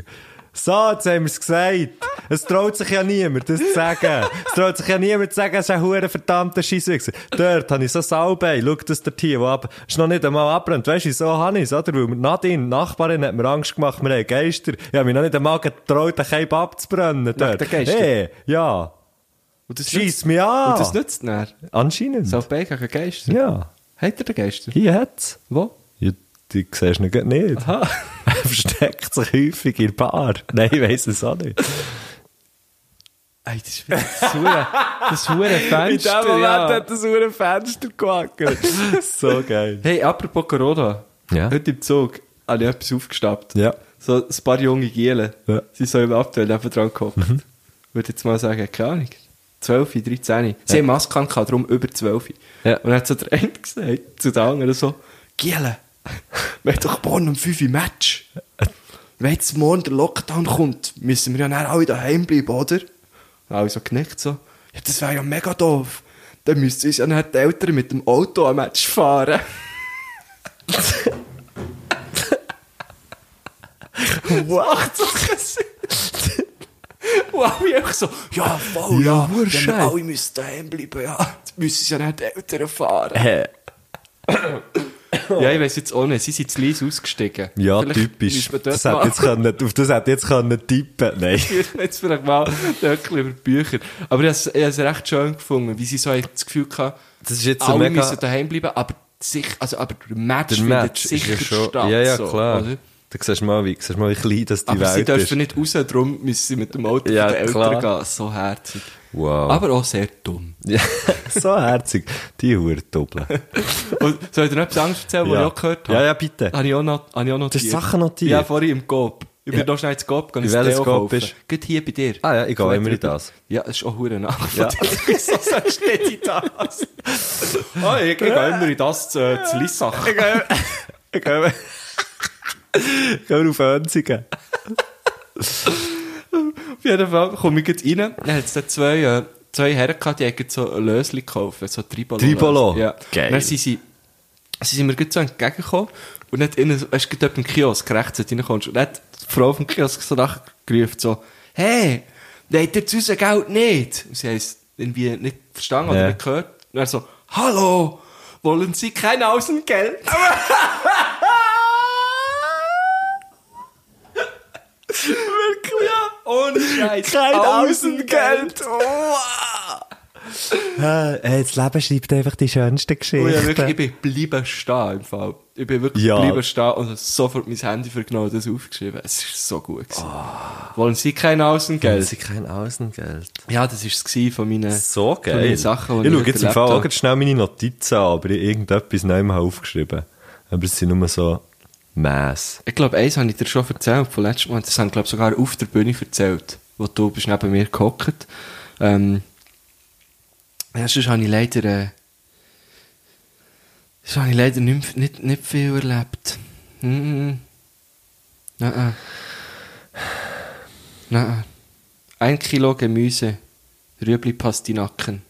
S2: So, jetzt haben wir es gesagt. Es traut sich ja niemand, das zu sagen. Es traut sich ja niemand zu sagen, es ist ein hure verdammter Scheisswichser. Dort habe ich so Salbei, schau das dort hier, wo ab, ist noch nicht einmal abbrennt. Weißt du, so habe ich es, oder? Weil Nadine, die Nachbarin, hat mir Angst gemacht, wir haben Geister. Ich habe mich noch nicht einmal getraut, den Keib abzubrennen dort.
S1: den Geistern?
S2: Hey, ja.
S1: Und das
S2: Scheiss mich an!
S1: Und das nützt nicht.
S2: Anscheinend.
S1: Salbei gegen Geister.
S2: Ja,
S1: Hat er den Geister?
S2: hier hat's.
S1: Wo?
S2: Ja, die siehst du nicht. nicht.
S1: Aha.
S2: Er versteckt sich häufig in der Bar. Nein, ich weiss es auch nicht.
S1: Ey, das ist wieder das hure- das hure Fenster. ja.
S2: das ein Fenster gewackelt. so geil.
S1: Hey, apropos Corona.
S2: Ja.
S1: Heute im Zug habe ich etwas aufgestappt.
S2: Ja.
S1: So ein paar junge Giele.
S2: Ja. Mhm.
S1: Sie sind so im Abteil neben dran gehockt. Würde jetzt mal sagen, keine Ahnung. 12, 13. Sie haben Maske gehabt, darum über 12.
S2: Ja.
S1: Und dann hat so der eine gesagt zu den anderen so, Giele, Wir haben doch morgen um 5 Uhr Match. Wenn jetzt morgen der Lockdown kommt, müssen wir ja dann alle daheim bleiben, oder? Alle so genickt so. Ja, das wäre ja mega doof. Dann müssten uns ja dann die Eltern mit dem Auto am Match fahren. Wow, das Wow, ich einfach so, ja,
S2: Ja,
S1: voll, ja, ja wenn wir
S2: Scheiss.
S1: alle müssen daheim bleiben, ja, dann müssen sie ja nicht die Eltern fahren.
S2: Hä?
S1: Äh, Ja, ich weiß jetzt auch nicht, sie sind zu leise ausgestiegen.
S2: Ja,
S1: Vielleicht
S2: typisch.
S1: müssen wir
S2: Das
S1: dort
S2: hätte
S1: mal-
S2: jetzt können, auf das hätte ich jetzt können tippen. Nein.
S1: jetzt vielleicht mal wirklich über die Bücher. Aber ich habe es recht schön gefunden, wie sie so das Gefühl hatten,
S2: Das ist jetzt ein
S1: alle
S2: mega-
S1: müssen daheim bleiben, aber, sich, also, aber der Match
S2: Der
S1: findet
S2: Match ist
S1: sicher
S2: ja schon.
S1: statt.
S2: ja, ja,
S1: so,
S2: klar.
S1: oder?
S2: Da siehst du mal, wie, siehst du mal, wie klein das die
S1: Aber sie
S2: Welt ist.
S1: dürfen nicht raus, darum müssen sie mit dem Auto
S2: Ja,
S1: ja, der Eltern
S2: klar.
S1: gehen. So herzig.
S2: Wow.
S1: Aber auch sehr dumm.
S2: Ja, so herzig. Die Hurtobeln.
S1: Und soll ich dir noch etwas anderes erzählen, was
S2: Ja.
S1: ich auch gehört habe?
S2: Ja, ja, bitte.
S1: Habe ich auch noch, habe ich auch
S2: Du hast
S1: notiert.
S2: Sachen notiert?
S1: Ja, vorhin im Coop. Ich bin
S2: Ja.
S1: noch schnell ins Coop gegangen.
S2: In
S1: ein
S2: welches
S1: Deo
S2: Coop
S1: kaufen.
S2: bist
S1: Gerade hier bei dir.
S2: Ah ja, ich gehe
S1: Vielleicht
S2: immer in
S1: drüber.
S2: das.
S1: Ja, das ist auch hure Nachricht.
S2: Ja.
S1: Wieso sagst du nicht in das? Oh, ich, ich gehe immer in das zu, äh, zu Lissach.
S2: Können wir- können wir auf Önzigen?
S1: Auf jeden Fall komme ich gerade rein. Dann hat es da zwei, äh, zwei Herren gehabt, die haben gerade so ein Lösli gekauft. So Tribolo.
S2: Tribolo?
S1: Ja.
S2: Geil.
S1: Dann sind sie, sie sind mir gerade so entgegengekommen. Und dann innen, hast du gerade dort im Kiosk rechts, wenn du reinkommst. Und dann hat die Frau vom Kiosk so nachgerufen, so, hey, nein, ihr zu unser Geld nicht. Und sie haben es irgendwie nicht verstanden oder
S2: Ja.
S1: nicht gehört. Und er so, hallo, wollen Sie kein Außengeld? Wirklich? Oh Ja, ohne Scheiß.
S2: Äh, äh, das Leben schreibt einfach die schönsten
S1: Oh
S2: Geschichten.
S1: ja, wirklich, ich bin geblieben stehen im Fall. Ich bin wirklich
S2: Ja.
S1: geblieben stehen und habe sofort mein Handy vergenommen und das aufgeschrieben. Es ist so gut. gewesen. Ah. Wollen Sie kein
S2: Das
S1: Außengeld?
S2: ist kein Außengeld.
S1: Ja, das war es gewesen von meinen,
S2: So
S1: Von
S2: geil.
S1: meinen Sachen, die
S2: ich schaue jetzt im
S1: erlebt
S2: Fall auch
S1: habe.
S2: gerade schnell meine Notizen an, aber ich irgendetwas noch einmal aufgeschrieben. Aber es sind nur so Mäss.
S1: Ich glaube, eins habe ich dir schon erzählt, von letztem Mal. Das habe ich glaube, ich, sogar auf der Bühne erzählt, wo du bist neben mir gehockt. Ähm, ja, sonst habe ich leider, äh, sonst habe ich leider nicht, nicht, nicht viel erlebt. Nein, nein. Nein. Ein Kilo Gemüse, Rüebli Pastinaken.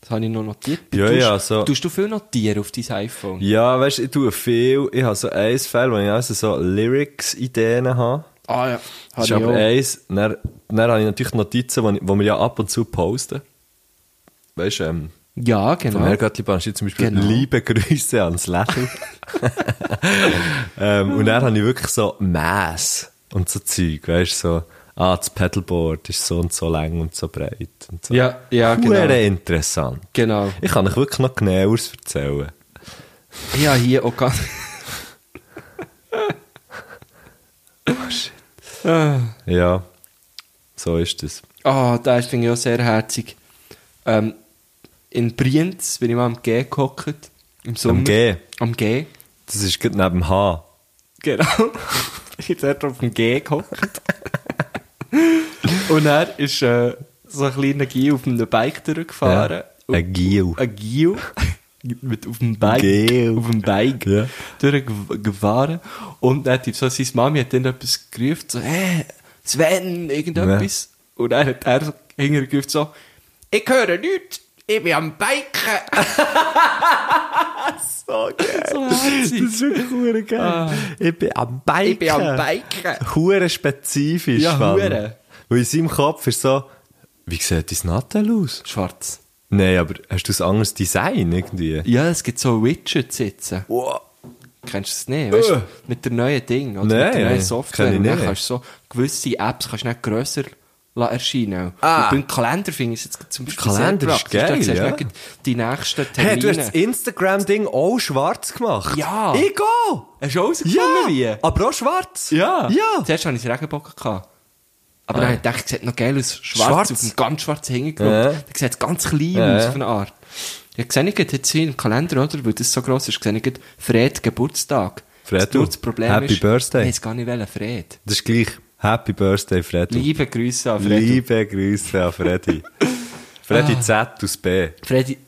S1: Das habe ich noch notiert.
S2: Ja,
S1: Tust-
S2: ja, so.
S1: Tust du viel notieren auf dein iPhone?
S2: Ja, weißt du, ich tue viel. Ich habe so ein Fell, wo ich also so Lyrics-Ideen habe.
S1: Ah ja,
S2: Das
S1: habe
S2: ist
S1: ich
S2: aber
S1: auch.
S2: eins. Dann, dann habe ich natürlich Notizen, die ich- die wir ja ab und zu posten. Weißt du, ähm,
S1: Ja,
S2: Von
S1: genau.
S2: Herrn Göttliban steht zum Beispiel
S1: Genau.
S2: liebe Grüße ans Lächeln. ähm, und dann habe ich wirklich so Mass und so Zeug, weißt du, so, ah, das Pedalboard ist so und so lang und so breit und so.
S1: Ja, ja,
S2: Hure
S1: genau.
S2: interessant.
S1: Genau.
S2: Ich kann euch wirklich noch genaueres erzählen.
S1: Ja, hier oh auch ganz. Oh, Ah,
S2: Ja, so ist es.
S1: Ah, oh, das finde ich auch sehr herzig. Ähm, in Brienz bin ich mal am G gehockt. Im Sommer.
S2: G?
S1: Am G.
S2: Das ist gerade neben dem H.
S1: Genau. ich bin dort auf dem G gehockt. Und er ist äh, so ein kleiner Gil auf einem Bike durchgefahren.
S2: Ja, ein Gil.
S1: Ein Gil. Mit auf dem Bike.
S2: Gil.
S1: Auf dem Bike.
S2: Ja.
S1: Durchgefahren. Und dann hat so, seine Mami hat dann etwas gerufen, so, hey, Sven, irgendetwas. Und dann hat er so hingerufen, so, ich höre nichts, ich bin am Biken.
S2: So geil.
S1: So Ah. herzig.
S2: Das ist wirklich hure geil. Ich bin am Biken.
S1: Ich bin am Biken.
S2: Hure spezifisch.
S1: Ja,
S2: Mann.
S1: hure.
S2: Weil in seinem Kopf ist so, wie sieht dein Nattel aus?
S1: Schwarz.
S2: Nein, aber hast du ein anderes Design irgendwie?
S1: Ja, es gibt so Widgets jetzt.
S2: Wow.
S1: Kennst du das nicht? Weißt,
S2: Äh.
S1: du, Mit der neuen Ding, oder?
S2: Nein,
S1: mit der neuen
S2: nein,
S1: Software.
S2: kenn ich
S1: Und dann
S2: nicht.
S1: kannst du so gewisse Apps kannst du nicht grösser lassen erscheinen.
S2: Ah.
S1: Und beim Kalender finde ich es jetzt zum Beispiel
S2: Kalender
S1: sehr
S2: ist
S1: praktisch. Da
S2: geil,
S1: siehst du
S2: ja.
S1: nicht gerade die nächsten Termine.
S2: Hey, du hast das Instagram-Ding auch schwarz gemacht.
S1: Ja.
S2: Ich auch.
S1: Hast du
S2: Ja.
S1: rausgefunden, wie?
S2: Aber auch schwarz.
S1: Ja.
S2: Ja. Ah.
S1: Zuerst hatte ich einen Regenbogen. Gehabt. Aber dann habe ich gedacht, es sieht noch geil aus. Schwarz,
S2: Schwarz.
S1: auf dem ganz schwarzen Hintergrund.
S2: Ja.
S1: Dann sieht es ganz klein
S2: Ja.
S1: aus, auf eine Art. Ja, sehe ich gerade jetzt hier im Kalender, oder? Weil das so gross ist, sehe ich gerade Fred Geburtstag.
S2: Fred,
S1: das, nur das
S2: du.
S1: Problem
S2: Happy
S1: ist,
S2: Birthday.
S1: Ich weiß gar nicht, welcher Fred.
S2: Das ist gleich. Happy Birthday, Freddy.
S1: Liebe Grüße an Fred.
S2: Liebe Grüße an Freddy. Freddy
S1: Ah.
S2: Z aus B.
S1: Freddy.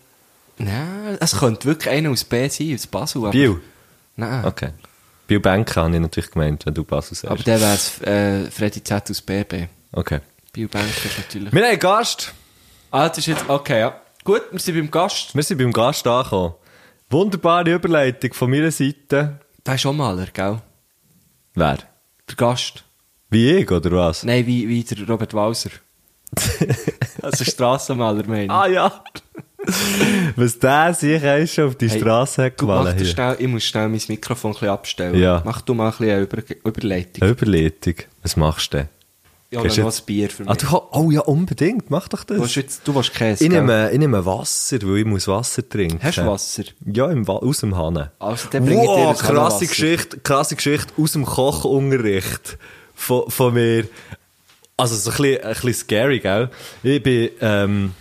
S1: Nein, es könnte wirklich einer aus B sein, aus Basel. aber-
S2: Biel.
S1: Nein.
S2: Okay. Bill Benke habe ich natürlich gemeint, wenn du Basel sagst.
S1: Aber der wäre es äh, Freddy Z aus BB.
S2: okay.
S1: Bio Banker ist natürlich.
S2: Wir haben einen Gast.
S1: Ah, das ist jetzt, okay, ja. Gut, wir sind beim Gast.
S2: Wir sind beim Gast angekommen. Wunderbare Überleitung von meiner Seite.
S1: Der ist auch Maler, gell?
S2: Wer?
S1: Der Gast.
S2: Wie ich, oder was?
S1: Nein, wie, wie der Robert Walser. also Strassenmaler, meine ich.
S2: Ah ja. Was der sich erst auf die
S1: Hey,
S2: Straße hat
S1: du, mach
S2: gewählt
S1: dir
S2: hier.
S1: schnell, ich muss schnell mein Mikrofon ein bisschen abstellen.
S2: Ja.
S1: Mach du mal ein bisschen eine Über Überleitung.
S2: Eine Überleitung. Was machst du denn?
S1: Ja,
S2: Gehst
S1: dann noch
S2: jetzt-
S1: ein Bier für mich.
S2: Ah, du, oh ja, unbedingt. Mach doch das.
S1: du, willst jetzt, du willst Käse,
S2: ich,
S1: gell?
S2: nehme, ich nehme Wasser, weil ich muss Wasser trinken.
S1: Hast du Wasser?
S2: Ja, im Wa aus dem Hahn.
S1: Also, dann bringe ich dir ein
S2: krasse
S1: Hannenwasser.
S2: Geschichte, krasse Geschichte aus dem Kochunterricht von, von mir. Also so ein bisschen, ein bisschen scary, gell? Ich bin... Ähm,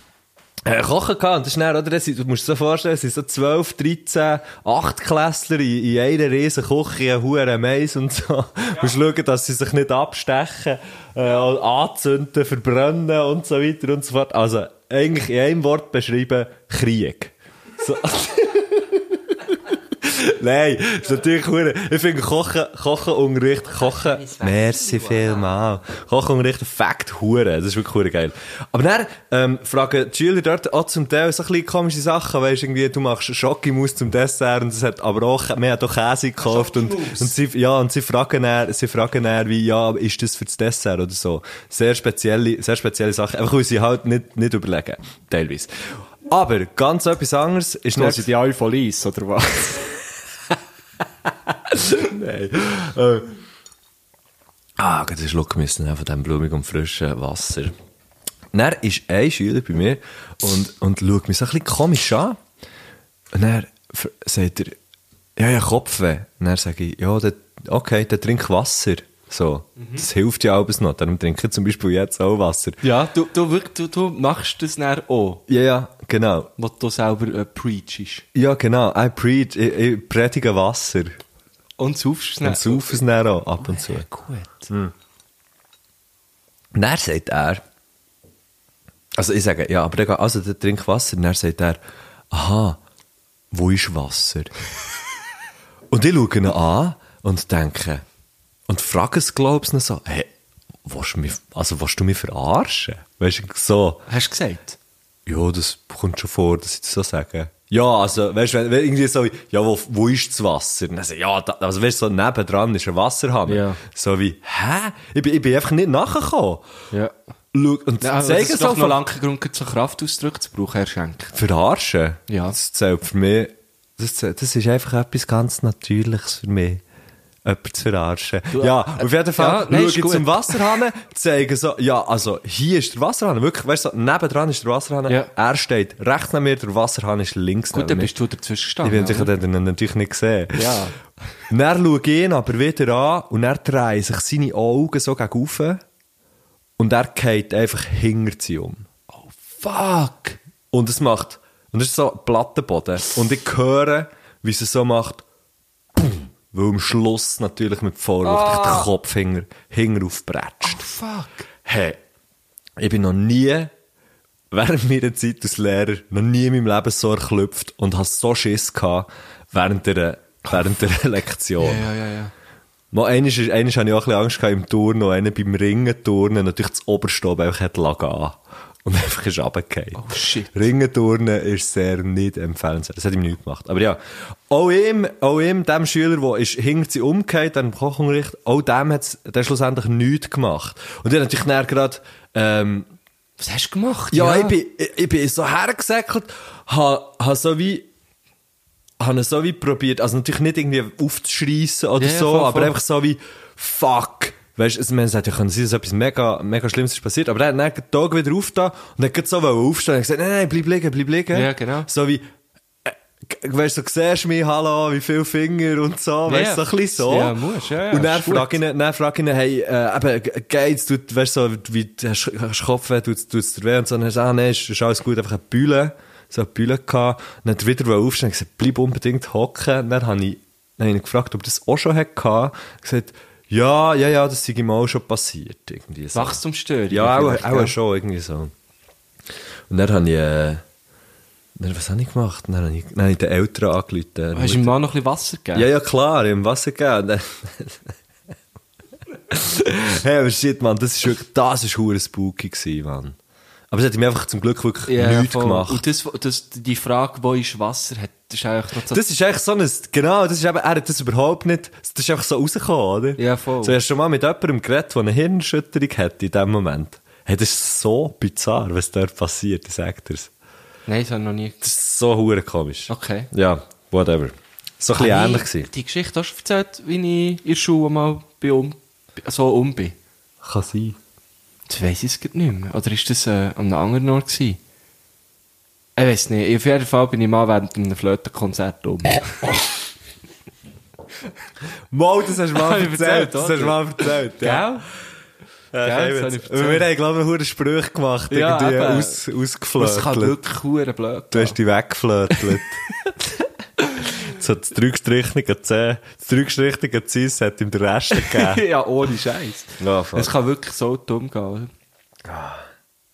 S2: äh, kochen kann, und das ist dann, oder? Das, sind- du musst dir so vorstellen, es sind so 12, 13, 8 Klässler in, in einer riesen Küche, einen hohen Mais und so. Ja. Musst schauen, dass sie sich nicht abstechen, äh, anzünden, verbrennen und so weiter und so fort. Also, eigentlich in einem Wort beschreiben, Krieg. So. Nein, das ist natürlich hure. Ich finde Kochen, Kochen Unrecht, Kochen, merci vielmal. Kochen Unrecht, Fakt hure. Das ist wirklich hure geil. Aber dann, ähm, fragen die Schüler dort auch zum Teil so ein bisschen komische Sachen. Weißt irgendwie, du machst Schokimus zum Dessert und es hat aber auch, man hat auch Käse gekauft und, und sie, ja, und sie fragen dann, sie fragen dann wie, ja, ist das für das Dessert oder so. Sehr spezielle, sehr spezielle Sachen. Einfach, weil sie halt nicht, nicht überlegen. Teilweise. Aber ganz etwas anderes ist
S5: Da
S2: dann-
S5: sind die alle voll Eis, oder was?
S2: Äh. Ah, gerade einen Schluck müssen nehmen von diesem blumig und frischen Wasser. Dann ist ein Schüler bei mir und, und schaut mich so ein bisschen komisch an. Und dann f- sagt er, ja, ja, Kopfweh. Und dann sage ich, ja, dann, okay, dann trink Wasser. So, das hilft ja alles noch. Darum trinke ich zum Beispiel jetzt auch Wasser.
S1: Ja, du, du, wirk- du, du machst das dann auch,
S2: Ja, ja, genau.
S1: was du selber äh, preachst.
S2: Ja, genau. I preach, ich, ich predige Wasser.
S1: Und saufst es
S2: Und saufe es dann auch ab und zu.
S1: Gut.
S2: Und dann sagt er, also ich sage, ja, aber dann, geh- also, dann trink Wasser. Und dann sagt er, aha, wo ist Wasser? und ich schaue ihn an und denke, und frage es, glaube ich, noch so, hey, willst du mich, also willst du mich verarschen? Weißt du, so,
S1: Hast du gesagt?
S2: ja, das kommt schon vor, dass ich das so sage. Ja, also, weißt du, wenn, wenn irgendwie so, ja, wo, wo ist das Wasser? Und dann so, ja, da, also, weißt du, so nebendran ist ein Wasserhammer.
S1: Ja.
S2: So wie, hä? Ich bin, ich bin einfach nicht nachgekommen.
S1: Ja.
S2: Schau, und
S1: Nein, aber
S2: zeig
S1: das
S2: es
S1: ist doch
S2: doch
S1: noch
S2: mal.
S1: lange Grund, gerade so Kraftausdrücke zu brauchen, Herr Schenk.
S2: Verarschen.
S1: Ja.
S2: Das zählt für mich, das, zählt, das ist einfach etwas ganz Natürliches für mich. Jemanden zu verarschen. ja, auf jeden Fall
S1: äh, ja, nein,
S2: schau
S1: ist
S2: ich
S1: gut.
S2: zum Wasserhahn, zeige so, ja, also, hier ist der Wasserhahn, wirklich, weißt du, so, nebendran ist der Wasserhahn,
S1: Ja.
S2: er steht rechts neben mir, der Wasserhahn ist links
S1: Gut,
S2: neben
S1: dann
S2: mir.
S1: bist du dazwischen
S2: Ich
S1: gestanden.
S2: bin sicher,
S1: oder?
S2: den hat er natürlich nicht gesehen.
S1: Ja.
S2: Dann schaue ich ihn aber wieder an und er dreht sich seine Augen so gegen rauf und er geht einfach hinter sie um.
S1: Fuck!
S2: Und es macht, und es ist so ein Plattenboden. Und ich höre, wie es so macht, boom, weil am Schluss natürlich mit Vorwurf oh. den Kopf hinger, hinger aufbretscht.
S1: Ah. Oh, Fuck!
S2: Hey, ich bin noch nie, während meiner Zeit als Lehrer, noch nie in meinem Leben so erklüpft und habe so Schiss gehabt während der, während der Lektion.
S1: Oh, Ja, ja, ja.
S2: Mal eines, eines hatte ich auch ein bisschen Angst gehabt im Turnen, und einer beim Ringenturnen natürlich das Oberste oben einfach hat lagen an. Und einfach ist runtergefallen.
S1: Oh, shit.
S2: Ringenturnen ist sehr nicht empfehlenswert. Das hat ihm nichts gemacht. Aber ja, auch ihm, auch ihm, dem Schüler, der ist, hinkt sie umgekehrt, dann im Kochunterricht, auch dem hat es schlussendlich nichts gemacht. Und der hat natürlich dann gerade, ähm,
S1: Was hast du gemacht?
S2: ja, Ich, bin, ich, ich bin so hergesäckelt, habe ha so wie, habe so wie probiert, also natürlich nicht irgendwie aufzuschreissen oder
S1: Ja, ja,
S2: so,
S1: voll,
S2: aber
S1: voll.
S2: einfach so wie, fuck. Weißt du, also, man sagt, ja, kann sein, dass etwas mega, mega Schlimmes ist passiert, aber er hat dann den Tag wieder aufgetan und hat gerade so wollen aufstehen und gesagt, nein, nein, bleib liegen, bleib liegen.
S1: Ja, genau.
S2: So wie, äh, g- Weißt du, so, siehst du mich, hallo, wie viele Finger und so, weißt du,
S1: ja.
S2: so ein bisschen so.
S1: Ja, musst, ja, ja,
S2: Und dann
S1: ist gut.
S2: frage ich ihn, dann frage ich ihn, hey, äh, eben, ge- geht's, du, weißt so, wie, hast, hast du Kopfweh, tut's, tut's dir weh? Und so, und er sagt, ah, nein, ist, ist alles gut, einfach eine Bühle, so eine Bühle gehabt. Und dann hat er wieder wollen aufstehen, und gesagt, bleib unbedingt hocken. Und Dann habe ich, dann habe ich ihn gefragt, ob das auch schon hat gehabt. Er gesagt, ja, ja, ja, das sei ihm auch schon passiert, irgendwie so.
S1: Wachstumsstörung.
S2: Ja, auch,
S1: vielleicht,
S2: auch
S1: gell?
S2: schon, irgendwie so. Und dann habe ich, äh, Dann, was habe ich gemacht? Dann habe ich, dann habe ich den Eltern angerufen.
S1: Hast du ihm mal noch ein bisschen Wasser gegeben?
S2: Ja, ja, klar, im Wasser gegeben. Dann- hey, aber shit, Mann, das ist wirklich, das ist hure spooky gewesen, Mann. Aber es hat ihm einfach zum Glück wirklich
S1: Ja,
S2: nichts
S1: voll.
S2: gemacht.
S1: Und das, das, die Frage, wo ist Wasser, hat, das ist eigentlich noch so...
S2: Das ist echt so ein, genau, das ist eben, er hat das überhaupt nicht, das ist einfach so rausgekommen, oder?
S1: Ja, voll.
S2: So, er hast schon mal mit jemandem geredet, der eine Hirnschütterung hat in dem Moment. Hey, das ist so bizarr, was dort passiert, ich sag dir's.
S1: Nein, das habe ich noch nie...
S2: Das ist so hure komisch.
S1: Okay.
S2: Ja, whatever. So ein bisschen
S1: Habe ich
S2: ähnlich gewesen.
S1: Die Geschichte hast du erzählt, wie ich in der Schule mal bei um, so um bin.
S2: Kann sein.
S1: Jetzt weiss ich es grad nicht mehr. Oder ist das äh, an einem anderen Ort gewesen? Ich weiß nicht. Auf jeden Fall bin ich mal während einem Flötenkonzert um.
S2: Mal, das hast du mal
S1: Hab ich
S2: erzählt,
S1: erzählt,
S2: das
S1: oder?
S2: hast du mal erzählt, ja.
S1: Gell?
S2: Ja,
S1: Gell,
S2: okay, Äh, jetzt.
S1: das hab ich
S2: Weil
S1: erzählt.
S2: Wir haben, glaube ich, einen Sprüche gemacht,
S1: Ja,
S2: irgendwie
S1: eben.
S2: aus,
S1: Das kann
S2: ausgeflirtelt.
S1: wirklich hure blöd
S2: Du hast dich weggeflirtelt. so das dreigestrichene C, das dreigestrichene C, es hat ihm den Rest gegeben.
S1: Ja, ohne Scheiß.
S2: Ja, voll.
S1: es kann wirklich so dumm gehen. oder?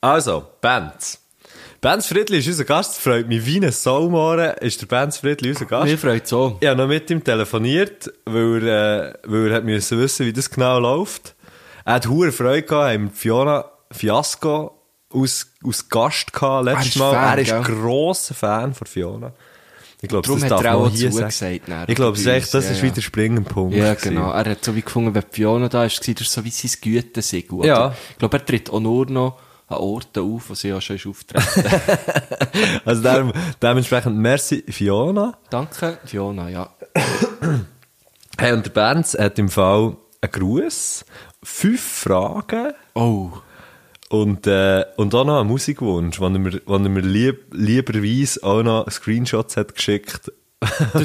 S2: also, Benz. Benz Friedli ist unser Gast, es freut mich wie ein Saumohren, ist der Benz Friedli unser Gast.
S1: Mir freut es auch.
S2: Ich habe noch mit ihm telefoniert, weil er, äh, weil er hat müssen wissen, wie das genau läuft. Er hat hohe Freude gehabt, haben Fiona Fiasco aus, aus Gast gehabt, letztes
S1: Ah, ist
S2: Mal.
S1: Fan,
S2: er ist
S1: gell?
S2: grosser Fan von Fiona. Ich glaube,
S1: Darum
S2: das
S1: hat
S2: darf
S1: er
S2: man
S1: auch
S2: hier sagen.
S1: zugesagt nachher
S2: Ich glaube,
S1: bei
S2: das ist echt-
S1: uns,
S2: das
S1: ja,
S2: ist
S1: ja.
S2: wieder springender Punkt.
S1: Ja,
S2: gewesen.
S1: genau. Er hat so wie gefunden, wenn Fiona da war, war das so wie sein Gütesiegel. oder?
S2: Ja.
S1: Ich glaube, er tritt auch nur noch an Orten auf, wo sie ja schon ist auftreten.
S2: Also dem, dementsprechend, merci Fiona.
S1: Danke, Fiona, ja.
S2: Hey, und der Benz hat im Fall einen Gruß, fünf Fragen,
S1: Oh,
S2: Und, äh, und auch noch einen Musikwunsch, wenn er mir, wenn er mir lieb, lieberweise auch noch Screenshots hat geschickt. Der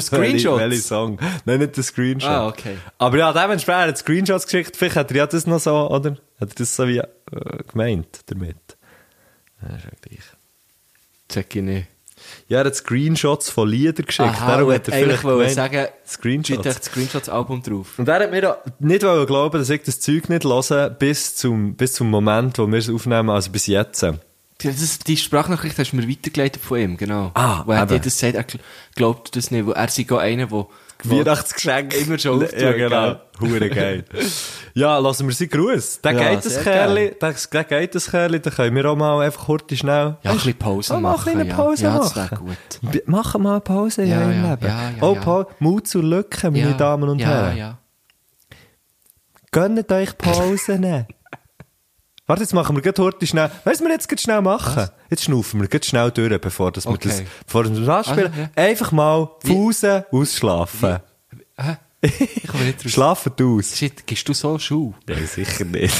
S1: Screenshots?
S2: welche Song? Nein, nicht der Screenshot.
S1: Ah, okay.
S2: Aber ja, dementsprechend hat er Screenshots geschickt. Vielleicht hat er ja das noch so, oder? Hat er das so wie äh, gemeint damit? Ja, ist ja gleich.
S1: check ich nicht.
S2: Ja, er hat Screenshots von Liedern geschickt. Darum
S1: und
S2: hat er
S1: eigentlich
S2: vielleicht
S1: wollte
S2: gemeint,
S1: sagen,
S2: Screenshots.
S1: steht echt das Screenshots-Album drauf.
S2: Und er hat mir auch nicht wollen glauben, dass ich das Zeug nicht höre, bis zum, bis zum Moment, wo wir es aufnehmen, also bis jetzt.
S1: Die- Das, die Sprachnachricht hast du mir weitergeleitet von ihm, genau.
S2: Ah,
S1: Weil er
S2: eben.
S1: dir das sagt, er gl- glaubt das nicht, weil er sei auch einer, der...
S2: Weihnachtsgeschenk.
S1: Immer schon auftun,
S2: Ja, genau.
S1: gell?
S2: Hure geil. Ja, lassen wir sie Gruß. Der
S1: Ja,
S2: geht das
S1: sehr
S2: Kerli. Der, der geht das Kerli. Da können wir auch mal einfach kurz schnell.
S1: Ja, ein bisschen Pause
S2: Oh, mach
S1: machen.
S2: eine
S1: ja.
S2: Pause
S1: ja, das wäre
S2: machen.
S1: gut.
S2: B- Machen wir mal Pause ja,
S1: Ja,
S2: im
S1: ja,
S2: Leben.
S1: ja, ja,
S2: oh,
S1: ja.
S2: Paul, Mut zur Lücke, meine
S1: ja,
S2: Damen und
S1: ja,
S2: Herren.
S1: Ja,
S2: Gönnt euch Pausen. Warte, jetzt machen wir gerade heute schnell. Weißt du, was wir jetzt gerade schnell machen? Jetzt schnaufen wir gerade schnell durch, bevor dass wir
S1: Okay.
S2: das, bevor dass wir das anspielen.
S1: Also, ja.
S2: Einfach mal Pausen ausschlafen.
S1: Hä? Ich komme nicht raus.
S2: Schlafen aus.
S1: Shit, gehst du so Schuh?
S2: Nein, sicher nicht.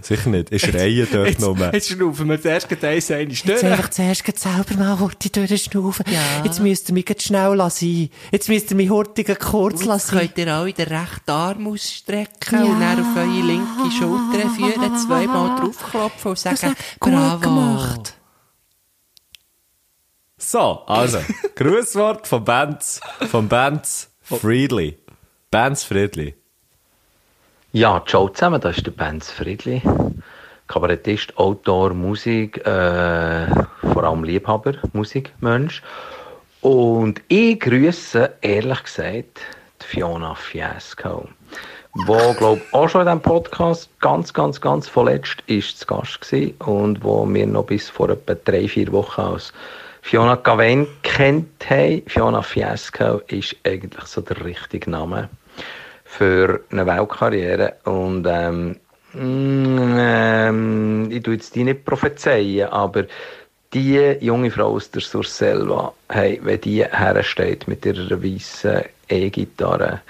S2: sicher nicht. Ich schreie dort
S1: Jetzt,
S2: nur.
S1: jetzt schnaufen wir zuerst gleich eins ein. Ist
S4: Jetzt
S1: nicht?
S4: einfach zuerst grad selber mal Horti durchschnaufen. Ja. Jetzt müsst ihr mich grad schnell lassen. Jetzt müsst ihr mich Horti grad kurz lassen.
S6: könnt ihr alle den rechten Arm ausstrecken und dann auf eure linke Schulter führen, zweimal draufklopfen und sagen, bravo.
S2: So, also. Grußwort von Benz. Von Benz Friedli. Benz Friedli.
S7: Ja, ciao zusammen, das ist der Benz Friedli. Kabarettist, Autor, Musik, äh, vor allem Liebhaber, Musikmensch. Und ich grüße, ehrlich gesagt, die Fiona Fiasco, wo, glaube ich, auch schon in diesem Podcast ganz, ganz, ganz vorletzt ist zu Gast gewesen und wo wir noch bis vor etwa drei, vier Wochen als Fiona Gawain kennt haben. Fiona Fiasco ist eigentlich so der richtige Name für eine Weltkarriere. Und ähm, mm, ähm, ich tue jetzt die nicht prophezeien, aber die junge Frau aus der Surselva, hey, wenn die hersteht mit ihrer weißen E-Gitarre,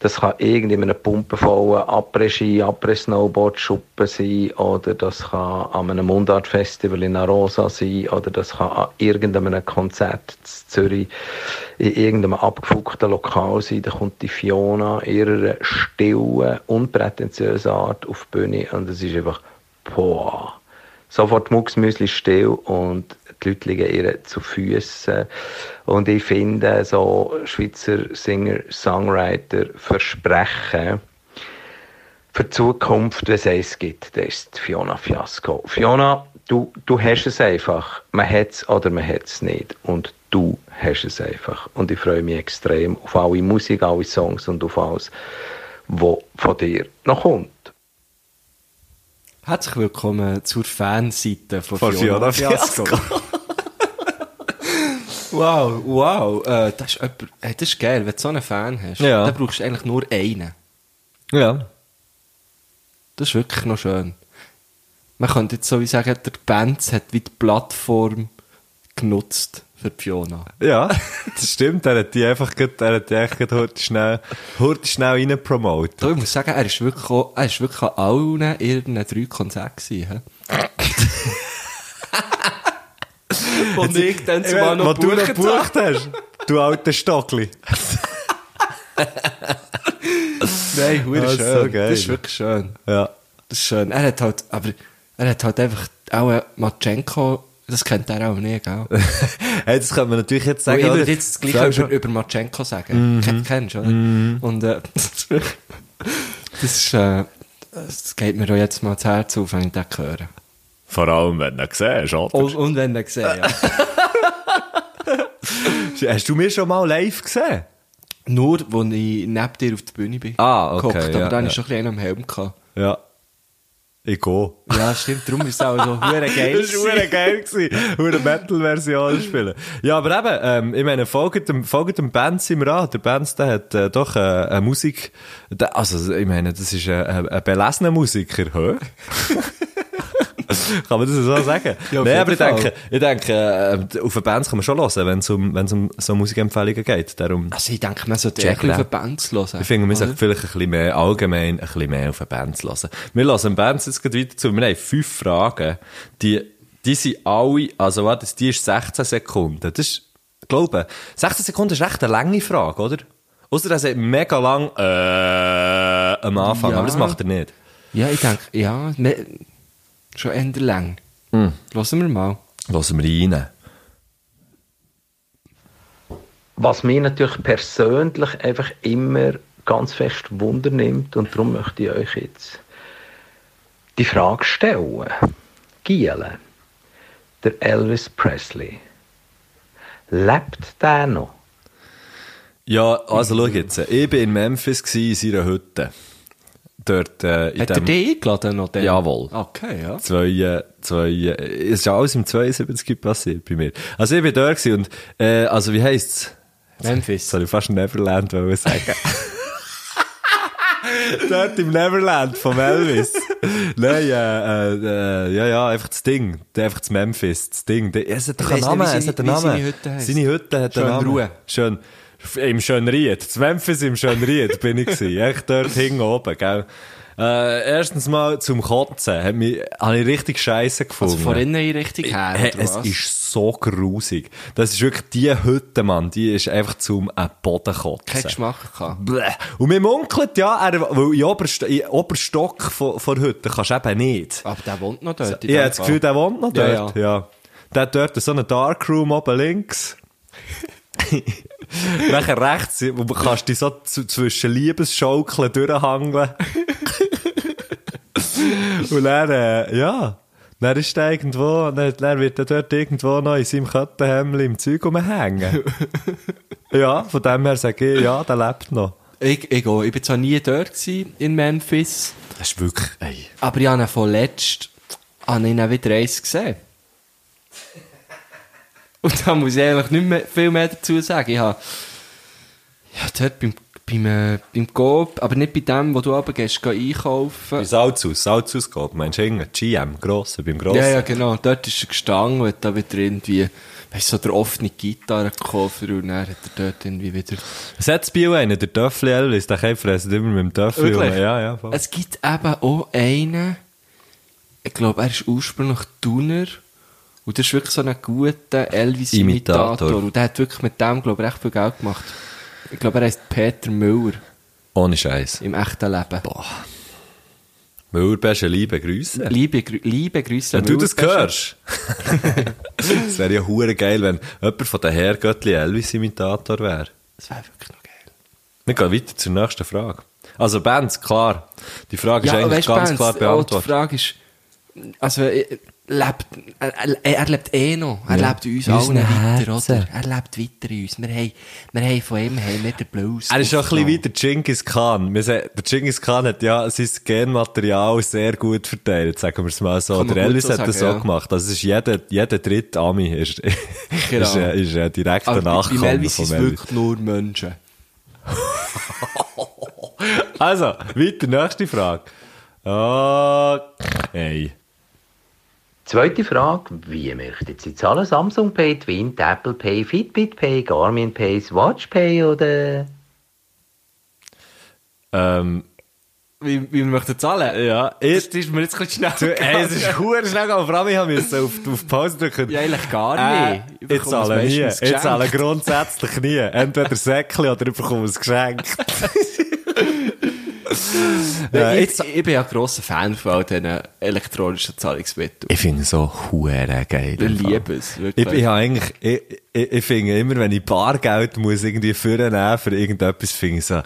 S7: das kann irgendwie in einem pumpenvollen Après-Ski, Après-Snowboard-Schuppen sein oder das kann an einem Mundart-Festival in Arosa sein oder das kann an irgendeinem Konzert in Zürich in irgendeinem abgefuckten Lokal sein. Da kommt die Fiona in ihrer stillen, unprätentiösen Art auf die Bühne und es ist einfach, boah, sofort Mucksmüsli still und die Leute liegen ihr zu Füßen. Und ich finde, so Schweizer Singer, Songwriter versprechen, für die Zukunft, wenn es eins gibt, das ist die Fiona Fiasco. Fiona, Du, du hast es einfach. Man hat es oder man hat es nicht. Und du hast es einfach. Und ich freue mich extrem auf alle Musik, alle Songs und auf alles, was von dir noch kommt.
S1: Herzlich willkommen zur Fanseite von,
S2: Von Fiona Fiasco.
S1: wow, wow. Äh, das, ist jemand, hey, das ist geil, wenn du so einen Fan hast.
S2: Ja.
S1: Dann brauchst du eigentlich nur einen.
S2: Ja.
S1: Das ist wirklich noch schön. Man könnte jetzt so wie sagen, der Benz hat wie die Plattform genutzt für die Fiona.
S2: Ja, das stimmt. Er hat die einfach, grad- er hat die einfach grad hurtig schnell, hurtig schnell rein promotet.
S1: Da, ich muss sagen, er ist wirklich, auch, er ist wirklich an allen irgendeinen drei Konzerten gewesen. hä? Und ich dann
S2: Ich
S1: zumal
S2: mein,
S1: noch
S2: was du noch
S1: gebucht habe.
S2: gebucht hast, du alter Stockli.
S1: Nein, hure
S2: Ah,
S1: schön.
S2: so geil.
S1: Das ist wirklich schön.
S2: Ja.
S1: Das ist schön. Er hat halt, aber er hat halt einfach auch äh, Matschenko, das kennt er auch nicht, gell?
S2: Hey, das könnte man natürlich jetzt
S1: Und
S2: sagen.
S1: ich
S2: oder?
S1: würde jetzt das Gleiche
S2: Sag schon- Mhm.
S1: über, über Matschenko sagen. Ken- Kennst du, oder? Und äh, das ist, äh, das geht mir auch jetzt mal das Herz auf, wenn ich das höre.
S2: Vor allem, wenn du ihn siehst, oder?
S1: Und, und wenn er gesehen, ja.
S2: Hast du mir schon mal live gesehen?
S1: Nur, als ich neben dir auf der Bühne bin.
S2: Ah, okay,
S1: Gehockt, aber
S2: ja,
S1: dann habe
S2: ja.
S1: ich schon ein bisschen einen am Helm. Gehabt.
S2: Ja. Ich gehe.
S1: Ja, stimmt, darum ist es auch so hure geil.
S2: Das war verdammt geil. gewesen. Eine Metal-Version spielen. Ja, aber eben, ähm, ich meine, folgt dem, folgt dem Benz sind wir an. Der Benz, der hat äh, doch äh, eine Musik, der, also ich meine, das ist äh, ein, ein belesener Musiker, hä? Kann man das so sagen?
S1: Ja,
S2: Nein,
S1: auf jeden
S2: aber ich
S1: Fall.
S2: denke, ich denke äh, auf eine Band kann man schon hören, wenn es um, wenn's um so Musikempfehlungen geht. Darum,
S1: Also ich denke, man sollte
S2: Check
S1: eigentlich auf
S2: that.
S1: eine Band zu hören.
S2: ich finde, wir
S1: oder?
S2: sollten vielleicht ein bisschen mehr allgemein ein bisschen mehr auf eine Band zu hören. Wir hören Bands jetzt gleich weiter zu. Wir haben fünf Fragen. Die, die sind alle, also warte, die ist 16 Sekunden. Das ist, glaube ich, 16 Sekunden ist echt eine lange Frage, oder? Außer er sagt mega lang, äh, am Anfang.
S1: Ja.
S2: Aber das macht er nicht.
S1: Ja, ich denke, ja, me, schon eher lang.
S2: Hm.
S1: Mhm. Hören wir mal.
S2: Hören wir rein.
S7: Was mich natürlich persönlich einfach immer ganz fest Wunder nimmt und darum möchte ich euch jetzt die Frage stellen. Giele, der Elvis Presley, lebt der noch?
S2: Ja, also schau jetzt. Ich war in Memphis, gewesen, in seiner Hütte. Dort, äh, in
S1: Hat er
S2: dem-
S1: dich eingeladen noch? Den?
S2: Jawohl.
S1: Okay, ja.
S2: Zwei, äh, zwei, äh, es ist alles im 72 passiert bei mir. Also ich bin da gewesen und, äh, also wie heisst's?
S1: Memphis.
S2: Soll ich fast Neverland wollen sagen? Dort im Neverland von Elvis. Nein, äh, äh, äh, ja, ja, einfach das Ding. Einfach das Memphis, das Ding. Es hat doch einen
S1: weiss nicht,
S2: Namen,
S1: wie
S2: es
S1: seine-
S2: hat einen
S1: wie
S2: Namen.
S1: seine Hütte heisst.
S2: Seine Hütte hat einen Namen.
S1: Schönruhe.
S2: Schön. Im Schönried. Das Memphis im Schönried bin ich gewesen. Echt dort hing oben, gell. Äh, erstens mal zum Kotzen. Hat mich, habe ich richtig scheiße gefunden.
S1: Also von innen in Richtung her,
S2: Hey,
S1: oder
S2: es
S1: was?
S2: ist so grusig. Das ist wirklich die Hütte, Mann. Die ist einfach zum äh, Boden kotzen.
S1: Kein Geschmack gehabt.
S2: Bleh. Und mir munkelt, ja, er, weil in Oberst in Oberstock von, von Hütte kannst du eben nicht.
S1: Aber der wohnt noch dort. in
S2: Ich
S1: dem
S2: habe das
S1: Fall.
S2: Gefühl, der wohnt noch
S1: Ja,
S2: dort. Ja. Der hat dort so eine Darkroom oben links. Nachher rechts, wo du kannst dich so z- zwischen Liebesschaukeln durchhangeln. Und dann, äh, ja, dann ist er irgendwo, dann, dann wird er dort irgendwo noch in seinem Köttenhemmli im Zeug rumhängen. ja, von dem her sage ich, ja, der lebt noch.
S1: Ich, ich, auch. ich bin zwar nie dort gewesen, in Memphis,
S2: Das ist wirklich,
S1: äh,
S2: ey.
S1: aber ich habe ihn vorletzt an ihn auch wieder eins gesehen. Und da muss ich eigentlich nicht mehr, viel mehr dazu sagen. Ich habe ja, dort beim, beim, äh, beim Coop, aber nicht bei dem, wo du runtergehst, geh einkaufen.
S2: Bei Salzhaus, Salzhaus geht, meinst du, hinten, GM, grossen, beim Grossen.
S1: Ja, ja, genau. Dort ist er gestanden und hat da wieder irgendwie, weißt du, so der offene Gitarrenkoffer und dann hat er dort irgendwie wieder...
S2: Setz Bio einen, der Töffel Elvis, der Käfer frisst immer mit dem Töffel.
S1: Wirklich?
S2: um. Ja, ja, voll.
S1: Es gibt eben auch einen, ich glaube, er ist ursprünglich Thuner und das ist wirklich so ein guter Elvis-Imitator.
S2: Imitator.
S1: Und der hat wirklich mit dem, glaube ich, recht viel Geld gemacht. Ich glaube, er heißt Peter Müller
S2: Ohne Scheiß.
S1: im echten Leben. Boah.
S2: Mürbäsche, liebe Grüße.
S1: Liebe, Grü- liebe Grüße.
S2: Wenn
S1: an
S2: du das
S1: Müller.
S2: hörst. Es wäre ja hure geil, wenn jemand von den Herrgöttli Elvis-Imitator wäre.
S1: Das wäre wirklich noch geil.
S2: Wir gehen weiter zur nächsten Frage. Also, Benz, klar. Die Frage ist
S1: Ja,
S2: eigentlich
S1: weißt du,
S2: ganz
S1: Benz,
S2: klar
S1: auch die
S2: beantwortet.
S1: Frage ist, also, er lebt, er, er- er lebt eh noch. Er lebt in uns
S4: In
S1: allen
S4: unseren
S1: weiter,
S4: Herzen.
S1: oder? Er lebt weiter in uns. Wir haben, wir haben von ihm haben wir den Blues.
S2: Er ist schon ein bisschen
S1: aufgenommen.
S2: wie der Genghis Khan. Wir sehen, der Genghis Khan hat ja sein Genmaterial sehr gut verteilt, sagen wir es mal so.
S1: Kann man
S2: Der
S1: gut
S2: Elvis
S1: so
S2: hat das
S1: sagen,
S2: so
S1: ja.
S2: gemacht. Also es ist jeder, jeder dritte Ami ist,
S1: Genau.
S2: ist, äh, ist äh, direkt
S1: Aber
S2: ein
S1: bei-
S2: Nachkomme
S1: bei Elvis
S2: von
S1: sind es
S2: Elvis.
S1: wirklich nur Menschen.
S2: Also, weiter, nächste Frage. Okay.
S7: Zweite Frage, wie möchtet Sie zahlen? Samsung Pay, Twint, Apple Pay, Fitbit Pay, Garmin Pay, Swatch Pay oder...
S2: Ähm,
S1: Wie, wie wir möchten zahlen.
S2: ja, ich,
S1: ist mir jetzt ein bisschen
S2: du,
S1: schnell
S2: ey, es ist hure schnell gegangen, vor allem ich habe müssen auf, auf Pause drücken.
S1: Ja, eigentlich gar nicht.
S2: Äh, ich zahle nie. Ich zahle grundsätzlich nie. Entweder Säckchen oder ich bekomme ein Geschenk. Äh,
S1: ich, ich bin ja ein grosser Fan von all diesen elektronischen Zahlungsmitteln.
S2: Ich finde es so hure geil.
S1: Ich liebe es,
S2: Ich,
S1: wirklich.
S2: ich, hab eigentlich, ich, ich, ich finde immer, wenn ich Bargeld muss irgendwie vornehmen für irgendetwas, finde ich so,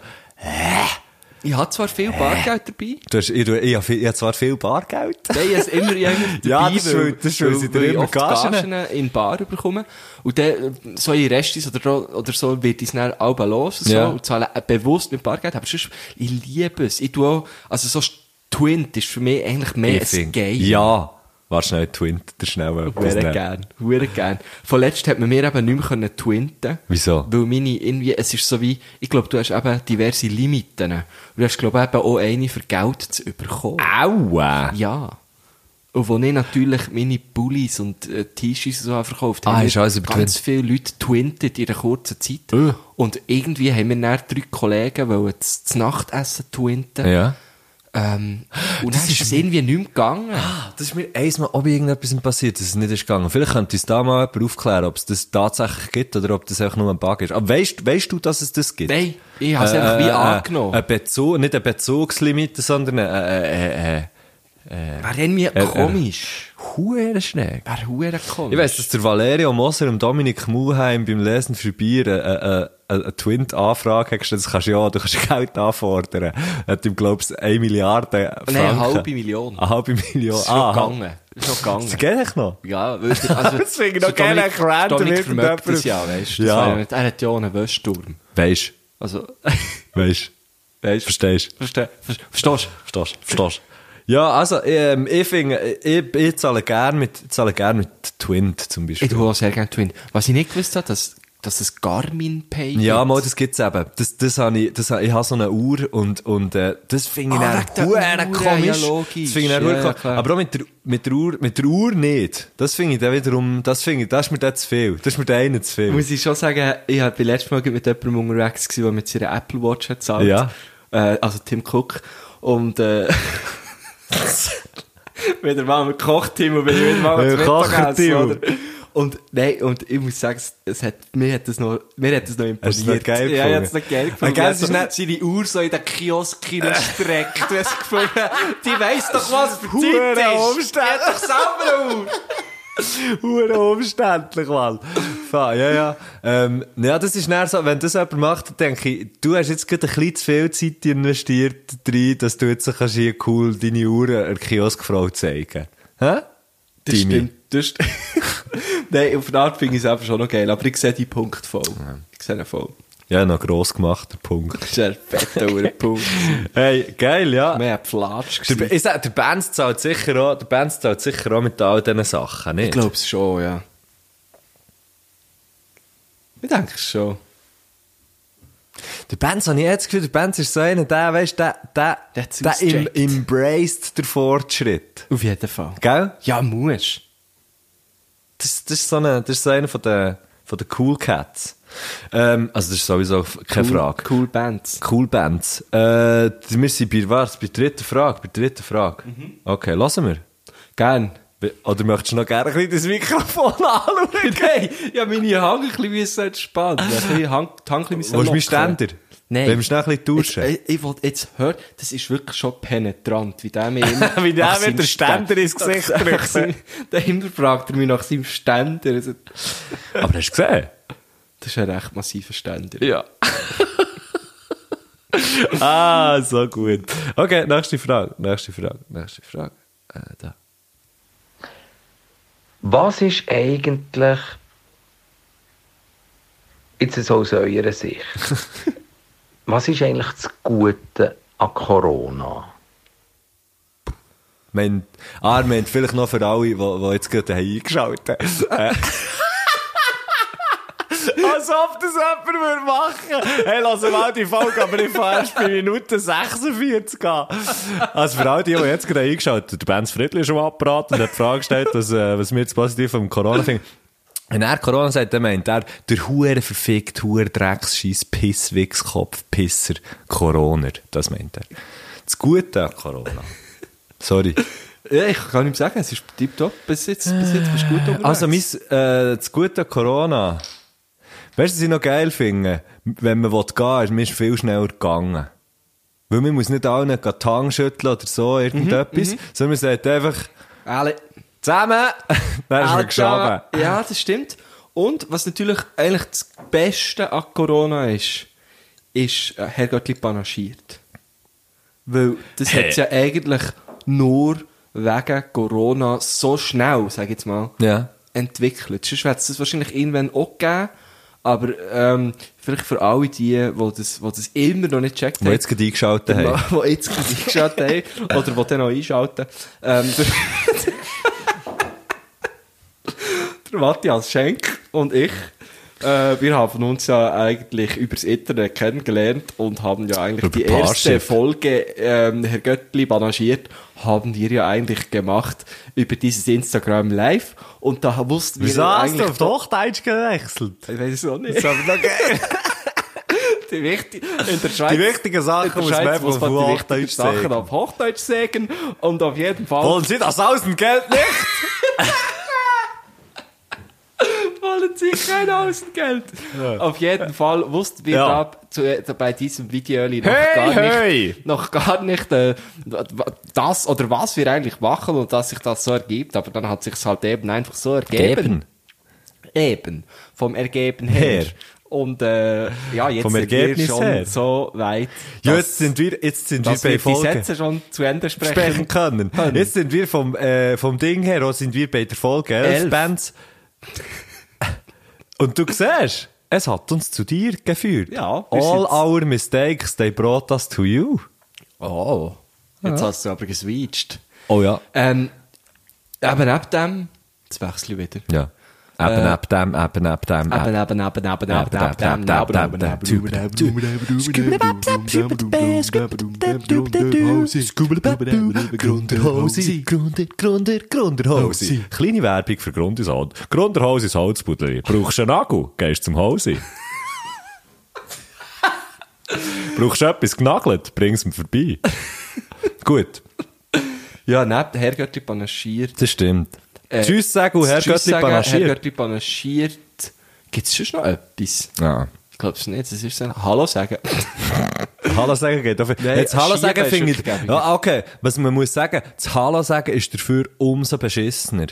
S1: Ich habe zwar viel Bargeld dabei.
S2: du hast, ich, tu- ich, hab viel- ich habe zwar viel Bargeld.
S1: Nein, ich habe es immer, ich habe immer dabei,
S2: Ja, das ist, weil- das ist, weil sie dir
S1: ich
S2: immer
S1: oft
S2: Gagen-
S1: Gagen in Bar bekomme. Und dann, äh, so in Restis oder, dro- oder so, wird es dann auch los. So,
S2: Ja.
S1: Und zahle äh, bewusst mit Bargeld. Aber sonst, ich liebe es. Ich tue auch, also so Twint ist für mich eigentlich mehr
S2: Ich
S1: ein
S2: find-
S1: Game.
S2: Ja. War schnell Twint, der schnell etwas
S1: Hure
S2: nehmen.
S1: gern, hure gern. Vorletzt hat man mir eben nicht mehr können twinten.
S2: Wieso?
S1: Weil meine irgendwie, es ist so wie, ich glaube, du hast eben diverse Limiten. Und du hast, glaube ich, eben auch eine für Geld zu überkommen.
S2: Aua!
S1: Ja. Und wo ich natürlich meine Pullis und äh, T-Shirts und so habe verkauft
S2: Ah,
S1: haben
S2: ist alles
S1: wir
S2: über
S1: ganz viele Leute twintet in einer kurzen Zeit.
S2: Äh.
S1: Und irgendwie haben wir dann drei Kollegen wollen das, das Nachtessen twinten.
S2: Ja.
S1: Ähm, und dann ist es irgendwie nicht mehr gegangen.
S2: Ah, Das ist mir einmal ob irgendetwas passiert, dass es nicht ist gegangen. Vielleicht könnte uns da mal jemand aufklären, ob es das tatsächlich gibt oder ob das einfach nur ein Bug ist. Aber weißt, weißt du, dass es das gibt? Äh,
S1: Nein, ich habe es einfach wie angenommen.
S2: Ein Bezug, nicht ein Bezugslimit, sondern ein, äh, äh, äh,
S1: Wäre irgendwie
S2: äh.
S1: komisch.
S2: Huere Schnee.
S1: Wäre hure komisch.
S2: Ich weiss, dass der Valerio Moser und Dominik Mulheim beim Lesen für Bier eine, eine, eine, eine Twint-Anfrage haben gestellt. Das kannst du ja, du kannst Geld anfordern. Hat ihm, glaubst du, eine Milliarde Franken.
S1: Nein, eine halbe Million.
S2: Eine halbe Million.
S1: ist
S2: Ah,
S1: schon gegangen. Ist schon
S2: Das
S1: gegangen.
S2: geht echt noch.
S1: Ja, weißt du, also,
S2: Das finde ich noch
S1: so Dominik-
S2: geil, ein Rant
S1: Dominik
S2: mit
S1: vermögt das
S2: jemandem.
S1: ja, weißt du.
S2: Ja.
S1: Das war ja nicht- Er hat ja auch einen Wöschturm.
S2: Weisst,
S1: Also,
S2: weisst,
S1: weißt du,
S2: verstehst,
S1: versteh, versteh, verstehst
S2: verstehst, verstehst. Ja, also, ähm, ich finde, ich, ich zahle gerne mit, zahle gern mit Twint zum
S1: Ich
S2: Beispiel.
S1: tue auch sehr gerne Twin. Was ich nicht gewusst habe, dass, dass es Garmin Pay
S2: Ja,
S1: gibt.
S2: mal, das gibt's eben. Das, das habe ich, das habe, ich habe so eine Uhr und, und, äh, das finde ich
S1: Ah,
S2: ah, dann
S1: wegen der
S2: huere
S1: Uhr,
S2: komisch.
S1: ja, logisch.
S2: Das finde ich dann
S1: Ja,
S2: huere
S1: ja,
S2: komisch.
S1: klar.
S2: Aber auch mit der, mit der Uhr, mit der Uhr nicht. Das finde ich dann wiederum, das finde ich, das ist mir dann zu viel. Das ist mir der eine zu viel.
S1: Muss ich schon sagen, ich war beim letzten Mal mit jemandem unterwegs, gewesen, der mit seiner Apple Watch hat gezahlt.
S2: Ja.
S1: Äh, also Tim Cook. Und, äh, wieder mal mit Kochtim und bin ich wieder mal
S2: Mit
S1: mit
S2: Kochtim.
S1: Und, nein, und ich muss sagen, es- es hat, mir hat das noch, mir hat das noch imponiert.
S2: Hast du es noch geil
S1: ja, ich hab's
S2: gefunden?
S1: noch geil
S2: Ah,
S1: gefunden. Also,
S2: gell,
S1: Er hat
S2: es
S1: so
S2: ist nicht-
S1: seine Uhr so in den Kiosk hineingestreckt. Du hast gefunden, die weiss doch, was für Zeit
S2: Hure
S1: ist. Die
S2: Umstände.
S1: hat doch selber eine Uhr.
S2: Hure umständlich, Mann. Fa, ja, ja. Ähm, ja, das ist näher so, wenn das jemand macht, dann denke ich, du hast jetzt gerade ein bisschen zu viel Zeit investiert rein, dass du jetzt kannst hier cool deine Uhren der Kioskfrau zeigen Hä?
S1: Das
S2: Timmy.
S1: stimmt. Das st Nein, auf eine Art finde ich es einfach schon noch geil, aber ich sehe die Punkt voll. Ich sehe ihn voll.
S2: Ja, noch gross gemacht, der Punkt.
S1: Das ist ein fetter Uhr- Punkt.
S2: Hey, geil, ja.
S1: Wir haben Flatsch
S2: Der, Ba-
S1: gesehen.
S2: ich sag, der Benz zahlt sicher auch, der Benz zahlt sicher auch mit all diesen Sachen, nicht?
S1: Ich glaube es schon, ja. Ich denke es schon.
S2: Der Benz, habe ich jetzt das Gefühl, der Benz ist so einer, der, weißt, der, der,
S1: Der hat's
S2: der im,
S1: ausgecheckt.
S2: embraced den Fortschritt.
S1: Auf jeden Fall.
S2: Gell?
S1: Ja, musst.
S2: Das, das, ist so eine, das ist so einer von den, von den Cool Cats. Ähm, also, das ist sowieso f- keine
S1: Cool-
S2: Frage.
S1: Cool Bands.
S2: Cool Bands. Äh, wir sind bei, was, bei der dritten Frage. Bei der dritten Frage. Okay, lassen wir.
S1: Gern.
S2: Be- Oder möchtest du noch gerne ein bisschen das Mikrofon anschauen?
S1: Hey, ja, meine Hand ein bisschen müssen entspannen. Ein bisschen Hand, die Hand ein bisschen
S2: Ah. Wo ist mein
S1: lockern.
S2: Ständer?
S1: Nein.
S2: Wollen wir schnell ein bisschen tauschen?
S1: Jetzt, äh, ich, ich wollt jetzt hören, das ist wirklich schon penetrant, wie der mir immer.
S2: Wie der
S1: nach
S2: mir
S1: seinem
S2: den
S1: Stä-
S2: Ständer ins Gesicht
S1: nach
S2: drückt.
S1: seinem- Der immer fragt er mich nach seinem Ständer. Also,
S2: Aber hast du gesehen?
S1: Das ist ein recht massiver Ständer.
S2: Ja. ah, so gut. Okay, nächste Frage, nächste Frage, nächste Frage. Äh, da.
S7: Was ist eigentlich jetzt so aus eurer Sicht? was ist eigentlich das Gute an Corona?
S2: Meint, ah, er meint vielleicht noch für alle, die, die jetzt gerade haben eingeschaltet Äh. haben. Als ob das jemand würde machen Hey, lass mal die Folge, aber ich fahre erst bei Minute 46 an. Also für all die, die jetzt gerade eingeschaltet haben, der Benz Friedli ist schon abgeraten und hat die Frage gestellt, was, äh, was wir jetzt positiv am Corona finden. Wenn er Corona sagt, dann meint er, der Huren verfickt, Huren Drecks, Scheiss, Pisswichs, Kopf, Pisser, Corona. Das meint er. Das Gute an Corona. Sorry.
S1: Ja, ich kann nicht sagen, es ist tiptop. Bis jetzt, bis jetzt bist du gut unterwegs.
S2: Also, mein, äh, das Gute an Corona. Weißt du, was ich noch geil finde? Wenn man will gehen will, ist man ist viel schneller gegangen. Weil man muss nicht allen die Tang schütteln oder so, irgendetwas, sondern man sagt einfach,
S1: Alle,
S2: zusammen, dann ist man
S1: alle
S2: geschoben.
S1: zusammen. Ja, das stimmt. Und was natürlich eigentlich das Beste an Corona ist, ist äh, Herrgöttli panaschiert. Weil das hat ja eigentlich nur wegen Corona so schnell, sag ich jetzt mal,
S2: Ja.
S1: entwickelt. Sonst hätte es das wahrscheinlich irgendwann auch gegeben. Aber ähm, vielleicht für alle die, die das, die das immer noch nicht checkt
S2: Wo jetzt gerade eingeschaltet haben.
S1: die jetzt gerade eingeschaltet haben, oder die dann noch einschalten. Ähm, der, der Matthias Schenk und ich, äh, wir haben uns ja eigentlich übers Internet kennengelernt und haben ja eigentlich
S2: Über
S1: die erste
S2: Parship.
S1: Folge, ähm, Herr Göttli banagiert, haben wir ja eigentlich gemacht über dieses Instagram Live und da wussten wir
S2: Wieso
S1: ja
S2: hast du
S1: eigentlich...
S2: auf Hochdeutsch gewechselt?
S1: ich weiß es auch nicht.
S2: Das ist aber noch geil.
S1: Die, wichti in der Schweiz,
S2: Die wichtigen Sachen
S1: in
S2: muss
S1: der
S2: man
S1: Schweiz
S2: einfach
S1: muss
S2: auf
S1: man die
S2: Hochdeutsch
S1: wichtigen Sachen
S2: sagen.
S1: auf Hochdeutsch sagen und auf jeden Fall...
S2: Wollen Sie das Außengeld nicht?
S1: wollen Sie kein Außengeld. Auf jeden Fall wussten wir
S2: Ja.
S1: da zu, zu, bei diesem Video noch,
S2: Hey,
S1: gar
S2: hey.
S1: nicht, noch gar nicht äh, das oder was wir eigentlich machen und dass sich das so ergibt. Aber dann hat sich halt eben einfach so ergeben. Eben. Vom Ergeben her.
S2: Her.
S1: Und äh, ja, jetzt
S2: Vom
S1: sind wir
S2: Ergebnis
S1: schon
S2: her.
S1: so weit,
S2: Ja, Jetzt sind wir, jetzt sind wir
S1: dass
S2: bei
S1: wir die
S2: Folge.
S1: Sätze schon zu Ende sprechen.
S2: sprechen können.
S1: können.
S2: Jetzt sind wir vom, äh, vom Ding her, auch sind wir bei der Folge 11,
S1: Elf.
S2: Bands. Und du siehst, es hat uns zu dir geführt.
S1: Ja, wir
S2: All
S1: sind's.
S2: our mistakes, they brought us to you.
S1: Oh, jetzt hast du aber geswitcht.
S2: Oh ja.
S1: Ähm, aber ab dem, jetzt wechsle ich wieder.
S2: Ja. Eben
S1: Äh,
S2: ab dem, eben ab dem,
S1: Aber
S2: ab-
S1: aber aber aber aber
S2: ab- ab- ab- ab- ab- ab- Typ. Grunderhose, Grunder, Grunder, Grunderhose. Kleine Werbung für Grunderhose. Grunderhose ist Holzbuddeli. Brauchst du einen Nagel? Gehst zum Hose. Brauchst du etwas genagelt? Bring's mir vorbei. Gut.
S1: Ja, neben Herrgöttli panaschiert.
S2: Das stimmt.
S1: Äh,
S2: Tschüss sagen und Herr
S1: Tschüss
S2: Göttli
S1: sagen,
S2: panaschiert.
S1: Herrgöttli panaschiert. Gibt es schon noch etwas?
S2: Ja.
S1: Ich glaube es nicht. Das ist so ein Hallo sagen.
S2: Hallo sagen geht. Dafür.
S1: Nein,
S2: jetzt Hallo
S1: schieben
S2: sagen
S1: ist
S2: finde ich.
S1: schriftgebiger.
S2: Ja, okay. Was man muss sagen, das Hallo sagen ist dafür umso beschissener.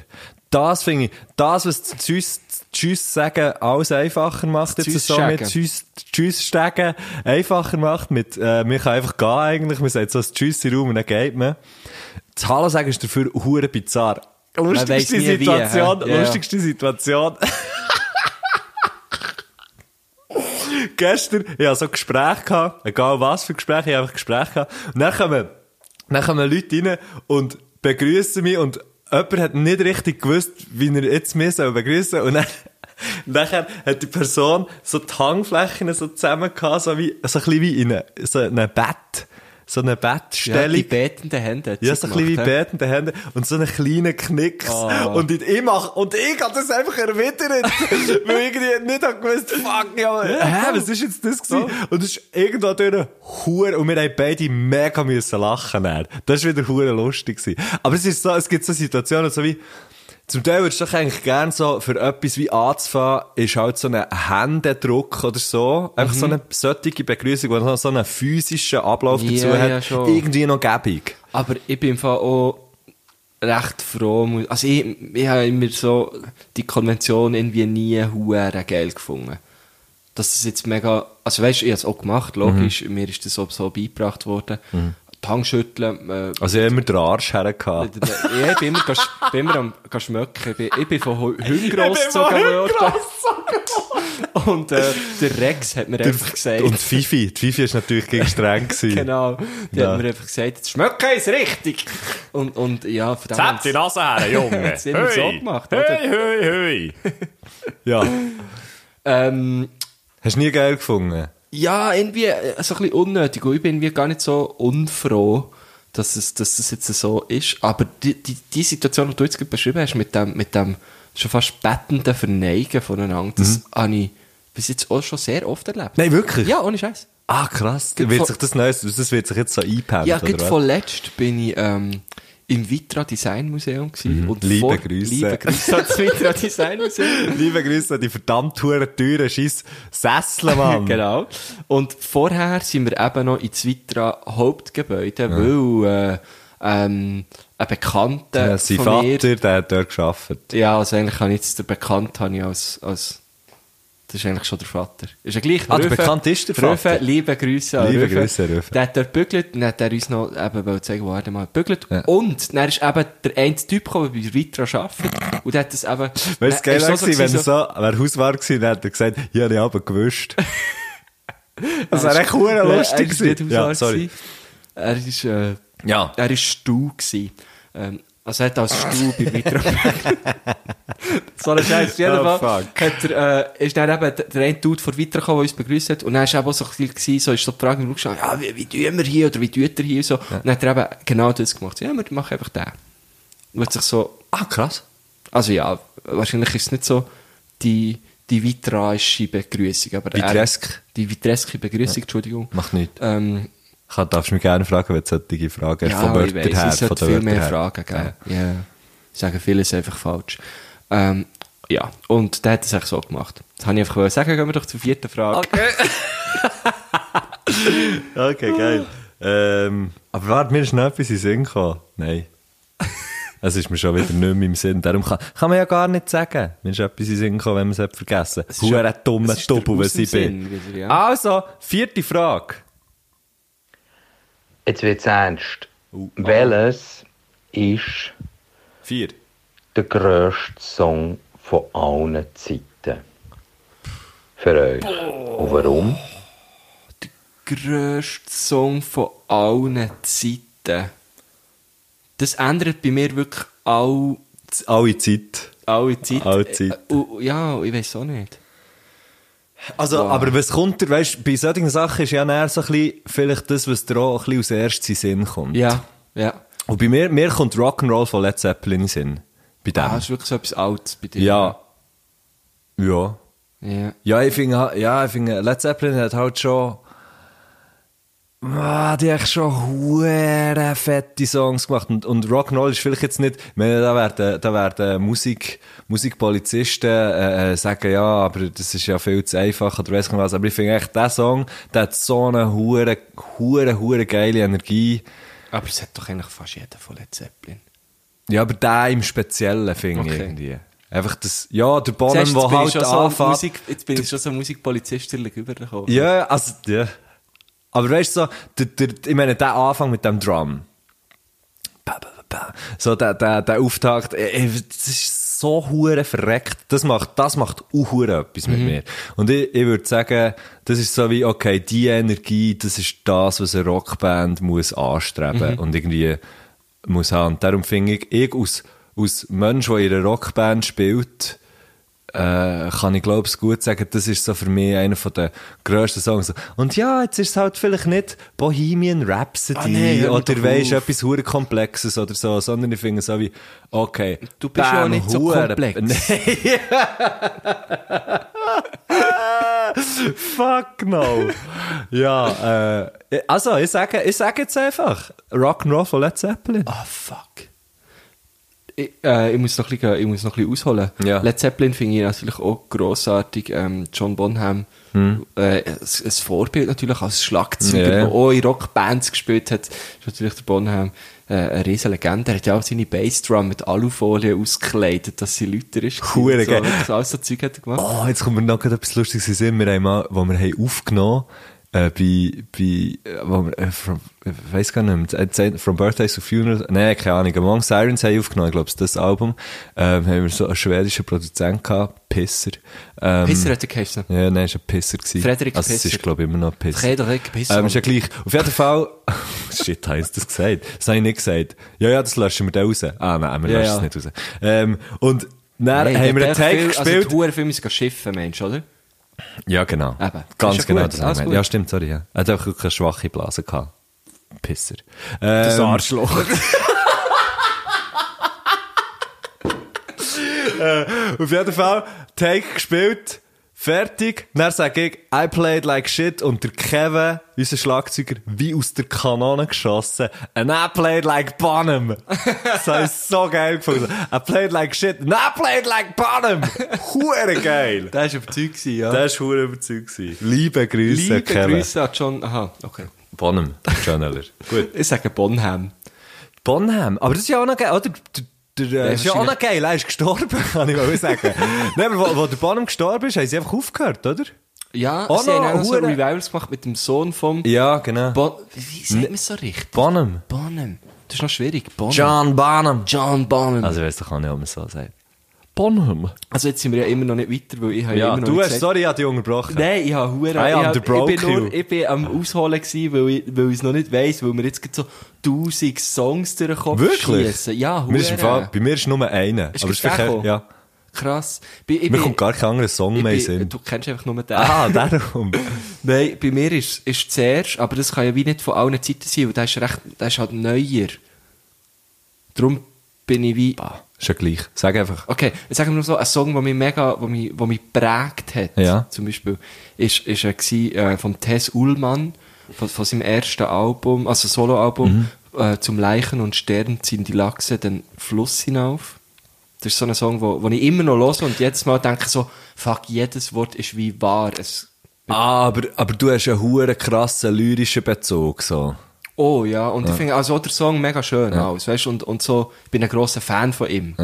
S2: Das finde ich, das, was das Tschüss, das Tschüss sagen alles einfacher macht,
S1: Das
S2: jetzt
S1: Tschüss
S2: so mit
S1: sagen.
S2: Tschüss, Tschüss stegen, einfacher macht mit, äh, man kann einfach gehen eigentlich, man sagt so das Tschüss in den Raum und dann geht man. Das Hallo sagen ist dafür hure bizarr.
S1: weiss
S2: Lustigste
S1: nie wie,
S2: Situation,
S1: hä? Ja, ja.
S2: lustigste Situation. gestern, ich hatte so ein Gespräch, gehabt, egal was für Gespräch, ich habe einfach Gespräch gehabt. Und dann kommen, dann kommen Leute rein und begrüßen mich und jemand hat nicht richtig gewusst, wie er jetzt mich soll begrüßen soll. Und dann, nachher hat die Person so die Hangflächen so zusammen gehabt, so wie, so ein bisschen wie in eine, so ein Bett, so eine
S1: Ja,
S2: Bettstellung.
S1: die betenden Hände. hat
S2: Ja,
S1: sie
S2: so ein
S1: gemacht,
S2: bisschen wie
S1: hä? Ah.
S2: betende Hände und so einen kleinen Knicks. Und ich, ich mach, und ich hab das einfach erwittert, weil ich irgendwie nicht hab gewusst, fuck, ja, hä, was ist jetzt das gewesen? Und es ist irgendwann durch Hure, und wir haben beide mega müssen lachen, dann. Das war wieder Hure lustig gewesen. Aber es ist so, es gibt so Situationen, so wie, zum Teil würdest du doch eigentlich gern so, für etwas wie anzufangen, ist halt so ein Händedruck oder so. Einfach so eine solche Begrüßung, die noch so einen physischen Ablauf
S1: Mhm. Ja,
S2: dazu
S1: ja,
S2: hat.
S1: schon.
S2: irgendwie noch gäbig.
S1: Aber ich bin im Fall auch recht froh. mu- Also ich, ich habe immer so die Konvention irgendwie nie hure geil gefunden. Mhm. Dass es jetzt mega... Also weißt du, ich habe es auch gemacht, logisch. Mir ist das auch so beigebracht worden. die Hand schütteln. Äh,
S2: Also, ich habe immer den Arsch hergehabt.
S1: ja, ich bin immer, gesch- bin immer am gesch- schmecken. Ich bin, ich bin von Hu- Hunger ausgezogen worden. Und äh, der Rex hat mir einfach gesagt...
S2: Und die Fifi. Die Fifi ist natürlich gegen streng gewesen.
S1: Genau. Die
S2: Ja.
S1: hat mir einfach gesagt, das Schmecken ist richtig. Und, und ja, von dem
S8: Zählt die
S1: her-
S8: Nase her, Junge.
S1: Jetzt haben wir's
S8: Hoi.
S1: so gemacht, oder?
S8: Hey, hey, hey.
S2: Ja.
S1: ähm,
S2: Hast du nie geil gefunden?
S1: ja, irgendwie äh, so ein bisschen unnötig. Und ich bin irgendwie gar nicht so unfroh, dass es, dass es jetzt so ist. Aber die, die, die Situation, die du jetzt gerade beschrieben hast, mit dem, mit dem schon fast bettenden Verneigen voneinander, das habe ich bis jetzt auch schon sehr oft erlebt.
S2: Mhm. Nein, wirklich?
S1: Ja, ohne Scheiß.
S2: Ah, krass. Wird
S1: von-
S2: sich das, Neues, das wird sich jetzt so einpennt,
S1: Ja,
S2: oder
S1: gerade
S2: was?
S1: vorletzt bin ich ähm, im Vitra Design Museum gewesen. Und
S2: Mhm. Liebe
S1: vor-
S2: Grüße.
S1: Liebe Grüße ans Vitra Design Museum.
S2: Liebe Grüße an die verdammt hohen teuren scheiß Sessel, Mann.
S1: genau. Und vorher sind wir eben noch ins Vitra Hauptgebäude, weil äh, ähm, ein Bekannter
S2: Ja, Sein
S1: von mir...
S2: Vater, der hat dort gearbeitet.
S1: Ja, also eigentlich habe ich jetzt den Bekannten habe ich als, als... Das ist eigentlich schon der Vater. Ist ja gleich.
S2: Ah, der
S1: Röfe-
S2: Bekannte ist der
S1: Röfe,
S2: Vater.
S1: liebe Grüße an
S2: Liebe
S1: Röfe.
S2: Grüße, Röfe.
S1: Der hat dort gebügelt, dann hat er uns noch eben wollte zeigen, wo er mal gebügelt.
S2: Ja.
S1: Und dann ist eben der eine Typ gekommen, der bei Vitra arbeitet. Und der hat das eben...
S2: Weißt du, geil
S1: ist
S2: war, gewesen,
S1: so
S2: wenn
S1: gewesen,
S2: er so, wer Hauswart gewesen, dann hat er gesagt, ich habe ihn aber gewischt. das wäre echt hure
S1: Er
S2: lustig
S1: ist nicht
S2: gewesen.
S1: ja,
S2: Ja, sorry.
S1: Er ist, äh,
S2: Ja.
S1: er ist Stu gewesen. Ähm, also er hat als Stu bei Vitro So ein Scheiß. Auf jeden
S2: Oh,
S1: Fall hat er, äh, ist dann eben der- der eine Dude von Vitro gekommen, der uns begrüßt hat. Und dann ist eben auch so ein bisschen, gewesen, so ist so die Frage im Raum gestanden, ja, wie, wie tun wir hier oder wie tut er hier und so. Und dann hat er eben genau das gemacht. So, Ja, wir machen einfach den. Und hat sich so,
S2: Ah, krass.
S1: also ja, wahrscheinlich ist es nicht so die, die vitraische Begrüßung, aber er-
S2: Vitresk.
S1: die vitreske Begrüßung, Entschuldigung.
S2: Macht nichts.
S1: Ähm,
S2: Kann, darfst du mich gerne fragen, wenn du solche Fragen hast, von Wörtern
S1: weiss,
S2: her,
S1: es
S2: von
S1: hat
S2: den
S1: viel
S2: Wörtern
S1: mehr
S2: her.
S1: Fragen gegeben. Ja. Sagen vieles einfach falsch. Ähm, ja, und der hat es eigentlich so gemacht. Das habe ich einfach wollen sagen, gehen wir doch zur vierten Frage.
S2: Okay, geil. Ähm, aber warte, mir ist noch etwas in den Sinn gekommen. Nein. Es ist mir schon wieder nicht mehr im Sinn. Darum kann, kann man ja gar nicht sagen. Mir ist etwas in den Sinn gekommen, wenn man es hat vergessen hat.
S1: ist ja-
S2: Hure dumme
S1: es ist der
S2: Doppel, was ich
S1: Aussensinn
S2: bin.
S1: wieder, ja.
S2: Also, vierte Frage.
S7: Jetzt wird's ernst. Welches ist
S2: Vier.
S7: der grösste Song von allen Zeiten? Für euch. Und warum?
S1: grösste Song von allen Zeiten. Das ändert bei mir wirklich all,
S2: Z- Alle Zeit.
S1: alle Zeiten.
S2: Alle Zeiten.
S1: Äh, uh, ja, ich weiß auch nicht.
S2: Also, aber was kommt dir, weißt du, bei solchen Sachen ist ja näher so ein bisschen, vielleicht das, was dir auch ein bisschen aus ersten Sinn kommt.
S1: Ja, ja.
S2: Und bei mir, mir kommt Rock'n'Roll von Led Zeppelin in den Sinn. Bei dem.
S1: Ah, ist wirklich so etwas Altes bei dir.
S2: ja. Ja.
S1: Ja.
S2: Ja, ich finde, ja, ich finde, Led Zeppelin hat halt schon, Ah, die haben schon hure fette Songs gemacht. Und, und Rock'n'Roll ist vielleicht jetzt nicht, ich meine, da werden, da werden Musik, Musikpolizisten, äh, äh, sagen, ja, aber das ist ja viel zu einfach oder weiss ich nicht was. Aber ich finde echt, der Song, der hat so eine hure, hure, hure geile Energie.
S1: Aber es hat doch eigentlich fast jeder von Led Zeppelin.
S2: Ja, aber der im Speziellen finde ich
S1: Okay.
S2: irgendwie. Einfach das, ja, der Bonham,
S1: Siehst du,
S2: der
S1: jetzt bin ich
S2: halt
S1: schon so
S2: anfängt.
S1: Musik- Jetzt bin ich schon so Musikpolizist rübergekommen.
S2: Ja, also, ja. Aber weißt du, so, der, der, ich meine, der Anfang mit dem Drum. Ba, ba, ba, ba. So, der, der, der Auftakt, äh, äh, das ist so hure verreckt. Das macht, das macht auch hure etwas mit mir. Und ich, ich würde sagen, das ist so wie, okay, die Energie, das ist das, was eine Rockband muss anstreben und irgendwie muss haben. Und darum finde ich, ich aus, aus Mensch, der in einer Rockband spielt, äh, kann ich glaube gut sagen, das ist so für mich einer von der grössten Songs. Und ja, jetzt ist es halt vielleicht nicht Bohemian Rhapsody
S1: Ah, nee, hör mir
S2: oder
S1: doch
S2: weisst,
S1: auf.
S2: etwas hure Komplexes oder so, sondern ich finde so wie, okay,
S1: Du bist ja auch nicht so
S2: hure-
S1: komplex.
S2: Nein. Fuck no. ja, äh, also ich sage, ich sage jetzt einfach, Rock'n'Roll von Led Zeppelin.
S1: Ah, fuck. Ich, äh, ich, muss noch ein bisschen, ich muss noch ein bisschen ausholen.
S2: Ja.
S1: Led Zeppelin finde ich natürlich auch grossartig. Ähm, John Bonham, äh, ein, ein Vorbild natürlich als Schlagzeuger,
S2: Hm. Ja.
S1: der auch in Rockbands gespielt hat, ist natürlich der Bonham äh, eine riesen Legende. Er hat ja auch seine Bassdrum mit Alufolie ausgekleidet, dass sie lauter ist.
S2: Hure
S1: Und so,
S2: geil. Ah,
S1: wirklich Alles so Zeug hat er gemacht.
S2: Oh, jetzt kommt mir noch gerade etwas Lustiges in den Sinn. Wir haben mal, wo wir haben aufgenommen äh, bei, bei äh, wo wir, äh, from, ich weiß gar nicht mehr, äh, From Birthdays to Funerals, nein, keine Ahnung, Among Sirens haben aufgenommen, glaube ich, das Album, ähm, haben wir so einen schwedischen Produzenten gehabt, Pisser. Ähm,
S1: Pisser hat er geheißen.
S2: Ja, nein, ist ein Pisser gewesen.
S1: Frederik
S2: also, es
S1: Pisser.
S2: ist, glaube ich, immer noch ein Pisser.
S1: Frederik Pisser.
S2: Ähm, ist ja gleich. Auf jeden Fall, shit, habe ich das gesagt? Das habe ich nicht gesagt. Ja, ja, das löschen wir da raus. Ah, nein, wir
S1: Ja,
S2: löschen
S1: ja.
S2: es nicht raus. Ähm, und dann
S1: Nein,
S2: haben wir einen
S1: dort
S2: Take
S1: viel,
S2: gespielt.
S1: Also, die Filme müssen schiffen, Mensch, oder?
S2: Ja, genau.
S1: Eben.
S2: Ganz
S1: Ist ja
S2: genau
S1: gut,
S2: das
S1: alles
S2: haben wir.
S1: gut.
S2: Ja, stimmt, sorry. Ja. Er hat einfach wirklich eine schwache Blase gehabt. Pisser.
S5: Das
S2: Ähm,
S5: Arschloch.
S2: auf jeden Fall, Take gespielt, fertig. Dann sage ich, I played like shit und der Kevin, unser Schlagzeuger, wie aus der Kanone geschossen. And I played like Bonham. Das habe ich so geil gefunden. I played like shit and I played like Bonham. Hure geil.
S1: Der war überzeugt, gewesen, ja.
S2: Das war hure überzeugt. gewesen. Liebe Grüße,
S1: Liebe
S2: Kevin.
S1: Grüße an John. Aha, okay.
S2: Bonham, Channeler. Gut.
S1: Ich sage Bonham.
S2: Bonham. Aber das ist ja auch noch geil, oder? Der, der, äh,
S1: Ja,
S2: ist ja auch noch
S1: wahrscheinlich.
S2: geil, er ist gestorben, kann ich mal sagen. Nein, aber wo, wo der Bonham gestorben ist, haben sie einfach aufgehört, oder?
S1: Ja,
S2: Oh,
S1: sie haben
S2: no,
S1: auch noch so
S2: hure-
S1: Revivals gemacht mit dem Sohn vom...
S2: Ja, genau.
S1: Bon Wie sagt man so richtig?
S2: Bonham.
S1: Bonham. Das ist noch schwierig. Bonham.
S2: John Bonham.
S1: John Bonham. Also,
S2: Also, ich weiß doch auch nicht, ob man so sagt. Bonham.
S1: jetzt sind wir ja immer noch nicht weiter, weil ich habe
S2: Ja,
S1: immer noch
S2: du
S1: nicht
S2: hast, sorry, ich habe dich unterbrochen.
S1: Nein, ich habe hure.
S2: I am
S1: ich, hab-
S2: the broke
S1: ich bin nur,
S2: you.
S1: ich bin am Ausholen gewesen, weil ich, weil ich es noch nicht weiss, weil mir jetzt gerade so tausend Songs durch den Kopf
S2: Wirklich?
S1: schiessen. Ja,
S2: Mir ist im
S1: hure.
S2: Fall, bei mir ist nur einer.
S1: Ist
S2: aber es ist
S1: gerade
S2: vielleicht,
S1: der gekommen?
S2: ja.
S1: Krass. Bei- ich
S2: Mir
S1: bin-
S2: kommt gar kein anderer Song
S1: ich
S2: mehr in
S1: bin-
S2: den Sinn.
S1: Du kennst einfach nur den.
S2: Ah, darum.
S1: Nein, bei mir ist es zuerst, aber das kann ja wie nicht von allen Zeiten sein, weil der ist, recht, der ist halt neuer. Darum bin ich wie...
S2: ist ja gleich. Sag einfach.
S1: Okay, sagen wir mal so, ein Song, der mich mega, der mich, der mich geprägt hat,
S2: Ja.
S1: zum Beispiel, ist, ist er gewesen, äh, von Tess Ullmann, von, von seinem ersten Album, also Soloalbum,
S2: Mhm.
S1: äh, zum Leichen und Sterben ziehen die Lachse den Fluss hinauf. Das ist so ein Song, wo, wo ich immer noch höre und jedes Mal denke so, fuck, jedes Wort ist wie wahr. Es,
S2: Ah, aber, aber du hast einen hohen krassen lyrischen Bezug, so.
S1: Oh ja, und ich finde also auch der Song mega schön aus, weißt und, und so, ich bin ein grosser Fan von ihm.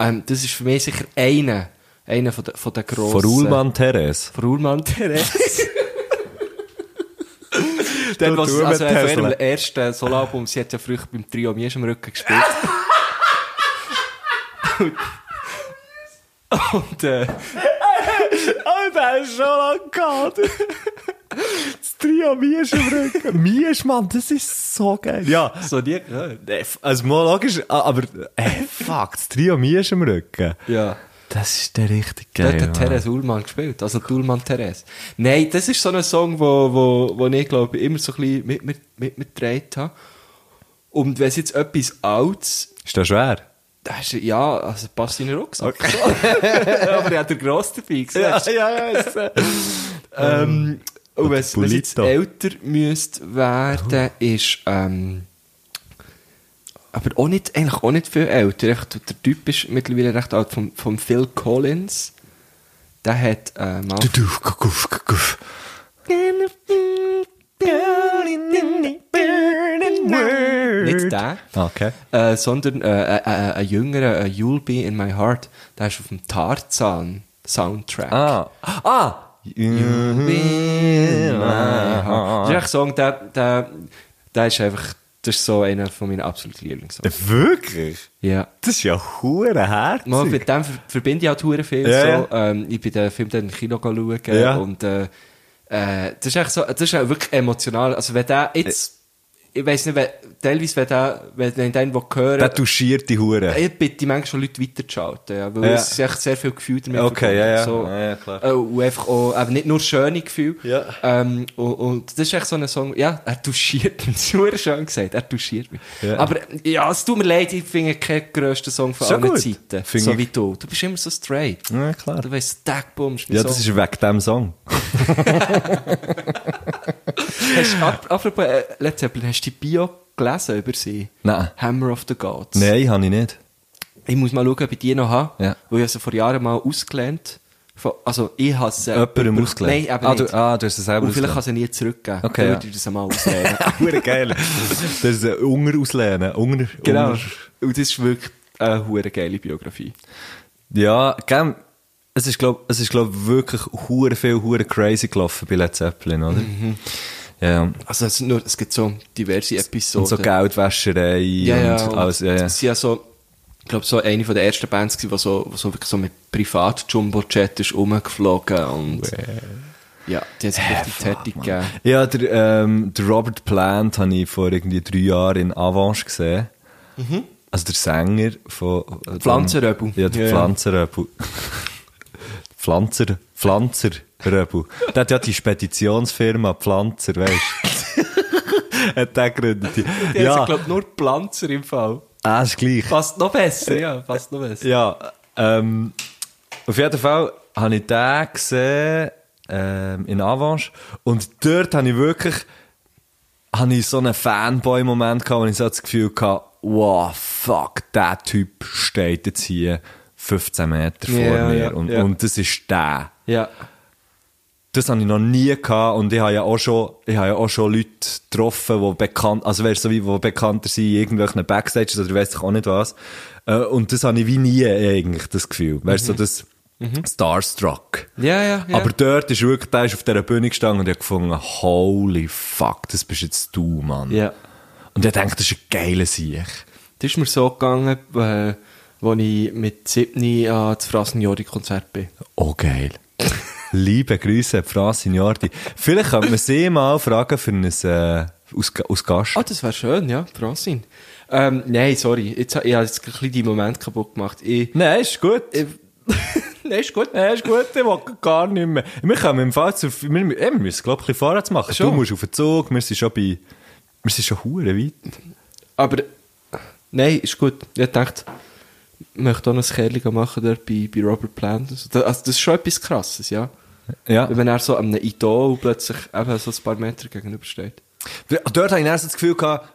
S1: Ähm, das ist für mich sicher einer, einer von der, von der grossen...
S2: Von Ullmann Therese.
S1: Von Ullmann Therese. Dort, was,
S2: Ullmann
S1: also äh, von ihrem
S2: Tesla.
S1: ersten Soloalbum, sie hat ja früher beim Trio Mir ist am Rücken gespielt. und, und äh,
S2: Oh, der ist schon lang gehabt. Das Trio Miesch im Rücken. Miesch, Mann, das ist so geil. Ja,
S1: so die... Ja.
S2: also mal logisch, ah, aber ey, fuck, das Trio Miesch im Rücken.
S1: ja.
S2: Das ist der richtig
S1: Dort
S2: geil.
S1: hat Therese Ullmann gespielt, also die Ullmann Therese. Nein, das ist so ein Song, wo, wo, wo ich glaube immer so ein bisschen mit mir, mit mir gedreht habe. Und wenn es jetzt etwas Altes,
S2: Ist das schwer?
S1: das ist, ja, also passt in den Rucksack. Aber er hat den Gross dabei, siehst du?
S2: ja, ja.
S1: Ähm, und wenn es wenn es jetzt
S2: Ehm, Polito. Oh.
S1: älter müsste werden, ist, ähm, aber auch nicht, eigentlich auch nicht viel älter. Einfach, der Typ ist mittlerweile recht alt, vom, vom Phil Collins. Der hat äh, mal...
S2: Guff, guff, guff.
S1: Nicht der,
S2: Okay.
S1: äh, sondern äh, äh, äh, ein jüngerer, äh, You'll Be In My Heart, der ist auf dem Tarzan-Soundtrack.
S2: Ah. Ah! Ah,
S1: Das ist echt ein Song, der, der, der ist einfach, das ist so einer von meinen absoluten Lieblingssongs.
S2: Wirklich?
S1: Ja.
S2: Das ist ja hure
S1: Mal,
S2: herzig.
S1: mit dem ver verbinde ich auch Touren viel.
S2: Ja,
S1: so.
S2: ja.
S1: Ähm, ich bin den Film dann im Kino schauen
S2: Ja.
S1: und äh, äh, das ist echt so, das ist auch wirklich emotional. Also wenn der jetzt,
S2: Eh.
S1: ich weiß nicht, wenn, teilweise wenn der, wenn ich den will hören
S2: Der touchiert die Hure.
S1: Ich bitte manchmal schon Leute weiterzuschalten, ja, weil
S2: Ja.
S1: es ist echt sehr viel Gefühl damit
S2: Okay,
S1: verbunden,
S2: ja, ja.
S1: So.
S2: Ja, ja, klar.
S1: Äh, Und einfach auch, aber nicht nur schöne Gefühle.
S2: Ja.
S1: Ähm, und, und das ist echt so ein Song, ja, er touchiert mich, das ist schön gesagt, er touchiert mich.
S2: Ja.
S1: Aber ja, es tut mir leid, ich finde keinen grössten Song von
S2: Ist ja
S1: allen
S2: gut.
S1: Zeiten.
S2: Finde
S1: so
S2: ich-
S1: wie du. Du bist immer so straight.
S2: Ja, klar.
S1: Du weißt, Tagboom ist mein
S2: Ja,
S1: Song.
S2: das ist wegen dem Song.
S1: Hast, du- ap apropos äh, Led Zeppelin, hast du die Bio gelesen über sie?
S2: Nein.
S1: Hammer of the Gods.
S2: Nein, habe ich nicht.
S1: Ich muss mal schauen, ob ich die noch habe.
S2: Ja.
S1: Weil ich sie vor Jahren mal ausgelernt Von- Also, ich habe sie...
S2: Jemandem
S1: über-
S2: ausgelernt?
S1: Nein, eben
S2: Ah,
S1: nicht.
S2: du- ah, du hast sie selber
S1: Und vielleicht
S2: ausgelernt.
S1: kann sie nie zurückgeben.
S2: Okay,
S1: Dann
S2: ja.
S1: würde ich das mal auslernen.
S2: Hure geil. Das ist ein Unger auslehnen. Unger,
S1: genau.
S2: Unger.
S1: Und das ist wirklich eine hure geile Biografie.
S2: Ja, gell. es ist, glaube es ist, glaub, wirklich hure viel, hure crazy gelaufen bei Led Zeppelin, oder?
S1: Mhm.
S2: Ja.
S1: Also es, sind nur, es gibt so diverse Episoden.
S2: Und so Geldwäscherei
S1: ja, ja,
S2: und
S1: und
S2: alles, ja, ja.
S1: Sie ja so, ich glaube, so eine von der ersten Bands, die so, wo so, wirklich so mit Privat-Jumbo-Jet ist rumgeflogen und... Ja, die hat sich
S2: Äh,
S1: richtig fertig gegeben.
S2: Ja, der, ähm, der Robert Plant habe ich vor irgendwie drei Jahren in Avange gesehen. Also der Sänger von... äh,
S1: Pflanzenröbel.
S2: Ja, der
S1: Ja, ja.
S2: Pflanzenröbel. Pflanzer, Pflanzerröbel. Der hat ja die Speditionsfirma Pflanzer, weißt du. hat der gegründet. Ja,
S1: ich glaube, nur Pflanzer im Fall.
S2: ah, ist gleich.
S1: Passt noch besser, ja, passt noch besser.
S2: Ja, ähm, auf jeden Fall habe ich den gesehen ähm, in Avange und dort habe ich wirklich habe ich so einen Fanboy-Moment gehabt, wo ich so das Gefühl hatte, wow, fuck, der Typ steht jetzt hier 15 Meter vor
S1: Ja,
S2: mir
S1: ja,
S2: und,
S1: ja.
S2: und das ist der.
S1: Ja.
S2: Das habe ich noch nie gehabt und ich habe ja auch schon, ich habe ja auch schon Leute getroffen, die bekannt, also weißt du, so wie, die bekannter sind, in irgendwelchen Backstages oder weiss ich auch nicht was. Äh, Und das habe ich wie nie eigentlich, das Gefühl. Weißt du, so das Starstruck.
S1: Ja, ja, Mhm. ja.
S2: Aber dort ist wirklich, der ist auf dieser Bühne gestanden und ich habe gefunden, holy fuck, das bist jetzt du, Mann.
S1: Ja.
S2: Und ich denke, das ist ein geiler Sieg.
S1: Das ist mir so gegangen, äh, als ich mit äh, 7 an das Frasenjori-Konzert bin.
S2: Oh, geil. Liebe Grüße an Frasin Jordi. Vielleicht könnte man sie mal fragen für ein, äh, aus, aus Gast.
S1: Ah, das wäre schön, ja, Frasin. Ähm, nein, sorry, jetzt, ha- ich habe jetzt ein bisschen deinen Moment kaputt gemacht. Ich,
S2: Nein, ist gut.
S1: Äh, nein, ist gut.
S2: Nein, ist gut, ich will gar nicht mehr. Wir kommen im Fall zu, wir, wir wir müssen, glaube ich, ein bisschen vorwärts machen. Du
S1: Schon.
S2: musst auf den Zug, wir sind schon bei, wir sind schon hure weit.
S1: Aber, nein, ist gut. Ich dachte, ich möchte auch noch ein Kerling machen dort bei, bei Robert Plant. und so. Da- Also, das ist schon etwas Krasses, ja.
S2: Ja.
S1: Wenn man dann so einem Idol plötzlich eben so ein paar Meter gegenübersteht.
S2: Dort hatte ich erst das Gefühl gehabt,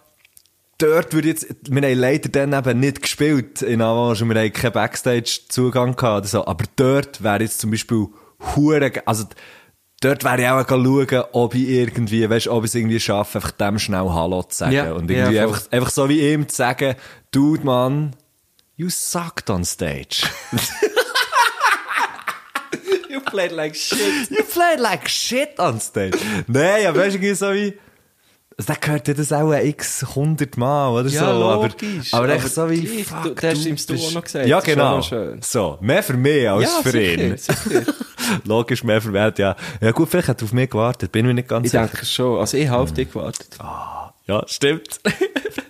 S2: dort würde jetzt, wir haben leider dann eben nicht gespielt in Avange und wir haben keinen Backstage-Zugang gehabt oder so. Aber dort wäre jetzt zum Beispiel hure, ge- also, Dort wäre ich auch schauen, ob ich irgendwie, weißt, ob ich es irgendwie schaffe, einfach dem schnell Hallo zu sagen.
S1: Ja,
S2: und irgendwie
S1: ja, voll.
S2: einfach, einfach so wie ihm zu sagen, Dude, Mann, you sucked on stage.
S1: You played like shit.
S2: You played like shit on stage. Nein, aber weißt du, so wie. Also, der gehört dir das auch x 100 Mal oder
S1: Ja,
S2: so.
S1: logisch,
S2: aber, aber echt
S1: aber
S2: so wie.
S1: gleich,
S2: Fuck, dus-
S1: du- das hast du ihm du auch noch gesagt,
S2: Ja,
S1: das ist
S2: genau.
S1: auch noch schön.
S2: So, mehr für mich als
S1: Ja,
S2: für ihn.
S1: sicher, sicher.
S2: Logisch, mehr für mich, ja. Ja, gut, vielleicht hat er auf mich gewartet, bin mir nicht ganz
S1: Ich
S2: sicher.
S1: denke schon. Also, ich habe auf dich gewartet.
S2: Ja, stimmt.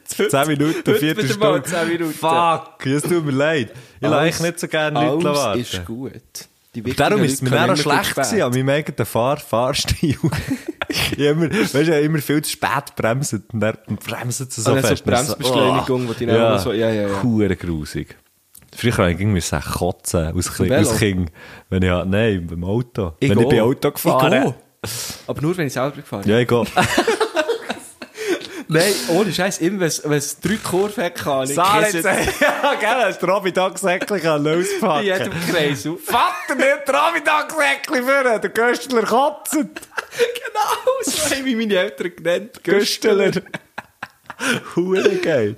S2: 10 Minuten,
S1: heute
S2: vierte
S1: wieder mal
S2: Stunde.
S1: 10 Minuten.
S2: Fuck, es tut mir leid. Ich lasse eigentlich nicht so gerne Leute
S1: Alles
S2: warten.
S1: ist gut. Die
S2: Und Darum ist es mir dann auch schlecht gewesen,
S1: gewesen.
S2: an meinem eigenen Fahr Fahrstil. ich hab immer, weißt du, ich hab immer viel zu spät bremsen und dann bremsen sie so
S1: Ah, dann so
S2: fest. Und dann
S1: Bremsbeschleunigung,
S2: oh,
S1: wo die dann auch noch so- ja, ja, ja.
S2: Hure grusig. Früher habe ich irgendwie sagen, kotzen, aus, Kind,
S1: Velo?
S2: aus Kind. Wenn ich, halt- nein, beim Auto.
S1: Ich
S2: wenn ich
S1: auch.
S2: bin Auto
S1: Ich
S2: gefahren.
S1: auch. Aber nur, wenn ich selber gefahren bin.
S2: ja, ich gehe.
S1: Nein, ohne Scheiß, immer wenn es- wenn es drei Kurven hat, kann ich
S2: Sarah,
S1: kissen.
S2: jetzt, ja, gell, hast du Robidog-Säckchen kann
S1: in jedem
S2: lospacken.
S1: Kreis auf.
S2: Vater, nicht Robidog-Säckchen führen, der Köstler kotzt.
S1: Genau, so haben mich meine Eltern genannt.
S2: Güsteler. Hure geil.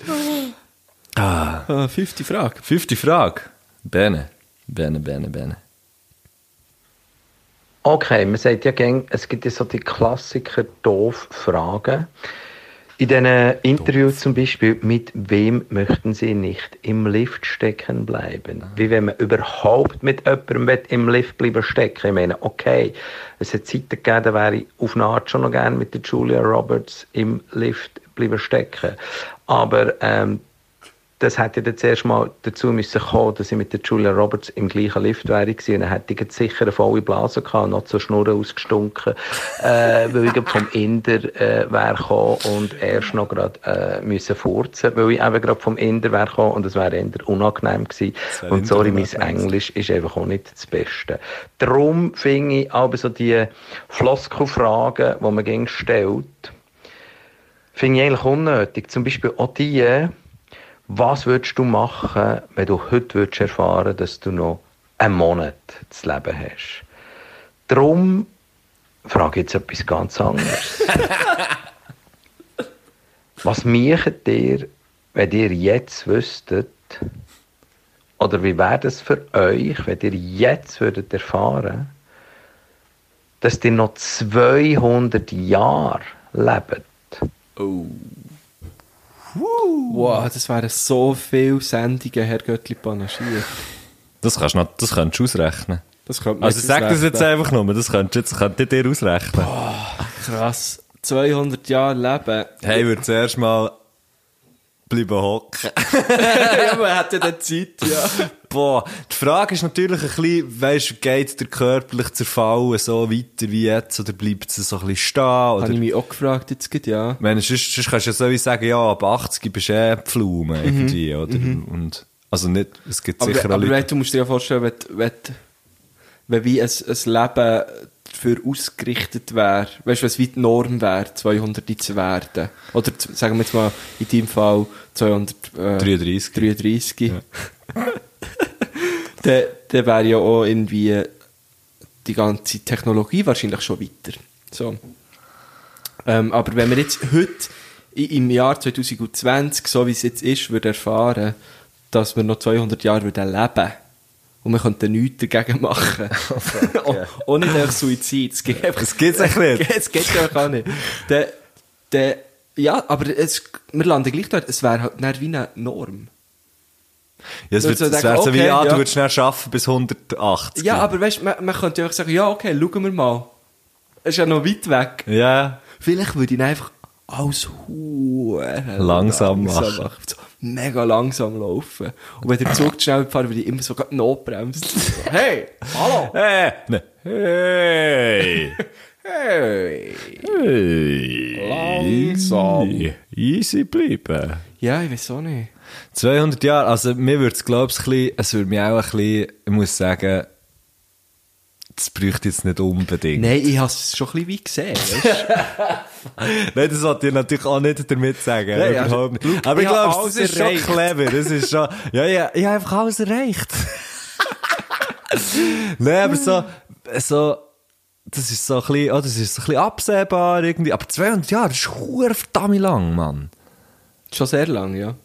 S1: Ah, fünfte Frage.
S2: Fünfte Frage. Bene. Bene, Bene, Bene.
S7: Okay, man sagt ja, gern, es gibt ja so die Klassiker doof Fragen. In diesen Interviews zum Beispiel, mit wem möchten Sie nicht im Lift stecken bleiben? Wie wenn man überhaupt mit jemandem will, im Lift bleiben stecken Ich meine, okay, es hat Zeiten gegeben, da wäre ich auf eine Art schon noch gerne mit der Julia Roberts im Lift bleiben stecken. Aber ähm, das hätte dann zuerst mal dazu müssen kommen, dass ich mit der Julia Roberts im gleichen Lift wäre gewesen. Und Dann hätte ich jetzt sicher eine volle Blase gehabt, und noch zur Schnurren ausgestunken, äh, weil ich gerade vom Inder äh, wäre gekommen und erst noch gerade äh, müssen furzen, weil ich eben gerade vom Inder wäre gekommen und es wäre eher unangenehm gewesen.
S2: wäre
S7: Und sorry, mein
S2: unangenehm gewesen.
S7: Englisch Englisch ist einfach auch nicht das Beste. Darum finde ich aber so die Floskelfragen, die man gegen stellt, finde ich eigentlich unnötig. Zum Beispiel auch die, was würdest du machen, wenn du heute würdest erfahren dass du noch einen Monat zu leben hast? Darum frage ich jetzt etwas ganz anderes. was macht ihr, wenn ihr jetzt wüsstet, Oder wie wäre das für euch, wenn ihr jetzt würdet erfahren, dass ihr noch 200 Jahre lebt?
S1: Wow, das wären so viele Sendungen, Herr Göttli Panaschier.
S2: Das kannst du noch, das könntest du ausrechnen.
S1: Das könnte man
S2: Also sag das jetzt
S1: ausrechnen.
S2: einfach nur, das könntest du jetzt, könnt ihr dir ausrechnen.
S1: Krass. 200 Jahre Leben.
S2: Hey, wir zuerst mal bleiben hocken.
S1: Ja, man hat ja dann Zeit, ja.
S2: Boah, die Frage ist natürlich ein bisschen, weisst, geht der körperlich zerfallen so weiter wie jetzt oder bleibt es so ein bisschen stehen? Oder,
S1: Habe ich
S2: ich
S1: mich auch gefragt jetzt gerade, ja.
S2: meine, sonst, sonst kannst du ja sowieso sagen, ja, ab 80 bist du eh Pflaume irgendwie, oder? Und, also nicht, es gibt
S1: Mhm. Aber,
S2: sicher auch
S1: aber
S2: Leute.
S1: wenn, du musst dir ja vorstellen, wenn, wenn, wenn wie ein, ein Leben dafür ausgerichtet wäre, weißt du, was wie die Norm wäre, 200 zu werden. Oder z- sagen wir jetzt mal, in deinem Fall äh,
S2: 33.
S1: 233. 33. dann, dann wäre ja auch irgendwie die ganze Technologie wahrscheinlich schon weiter. So. Ähm, aber wenn wir jetzt heute i- im Jahr 2020, so wie es jetzt ist, würden erfahren, dass wir noch 200 Jahre würden leben und wir könnten nichts dagegen machen. oh, ohne den Suizid. Es geht einfach
S2: Das gibt's echt nicht.
S1: es geht ja auch nicht. Der, der, ja, aber es, wir landen gleich dort. Es wäre halt dann wie eine Norm.
S2: Ja, es
S1: Wenn
S2: wird-
S1: du so
S2: es
S1: denkst,
S2: wäre so wie,
S1: okay,
S2: ja, du
S1: ja.
S2: würdest schnell schaffen bis 180.
S1: Ja, aber weißt du, man, man könnte ja auch sagen, ja, okay, schauen wir mal. Es ist ja noch weit weg.
S2: Ja.
S1: Vielleicht würde ich ihn einfach alles huere
S2: Langsam machen.
S1: So mega langsam laufen. Und wenn der Zug zu schnell fährt, würde ich immer so gerade notbremsen. So, hey, hallo,
S2: Hey, ne. hey,
S1: hey.
S2: hey.
S1: Langsam.
S2: Easy bleiben.
S1: Ja, ich weiß auch nicht.
S2: 200 Jahre, also mir würde es glaube ich ein bisschen, es würde mich auch ein bisschen, ich muss sagen, das bräuchte ich jetzt nicht unbedingt.
S1: Nein, ich habe es schon ein bisschen weit gesehen. Weißt? du?
S2: Nein, das wollte ich natürlich auch nicht damit sagen.
S1: Nein, also,
S2: überhaupt nicht.
S1: schau,
S2: Aber ich
S1: ich habe
S2: glaube, es
S1: alles
S2: ist schon
S1: erreicht.
S2: clever. Es ist schon, ja, ja, ich habe einfach alles erreicht. Nein, aber so, so, das ist so ein bisschen, oh, das ist so ein bisschen absehbar irgendwie. Aber 200 Jahre, das ist verdammt verdammt lang, Mann.
S1: Schon sehr lang, ja.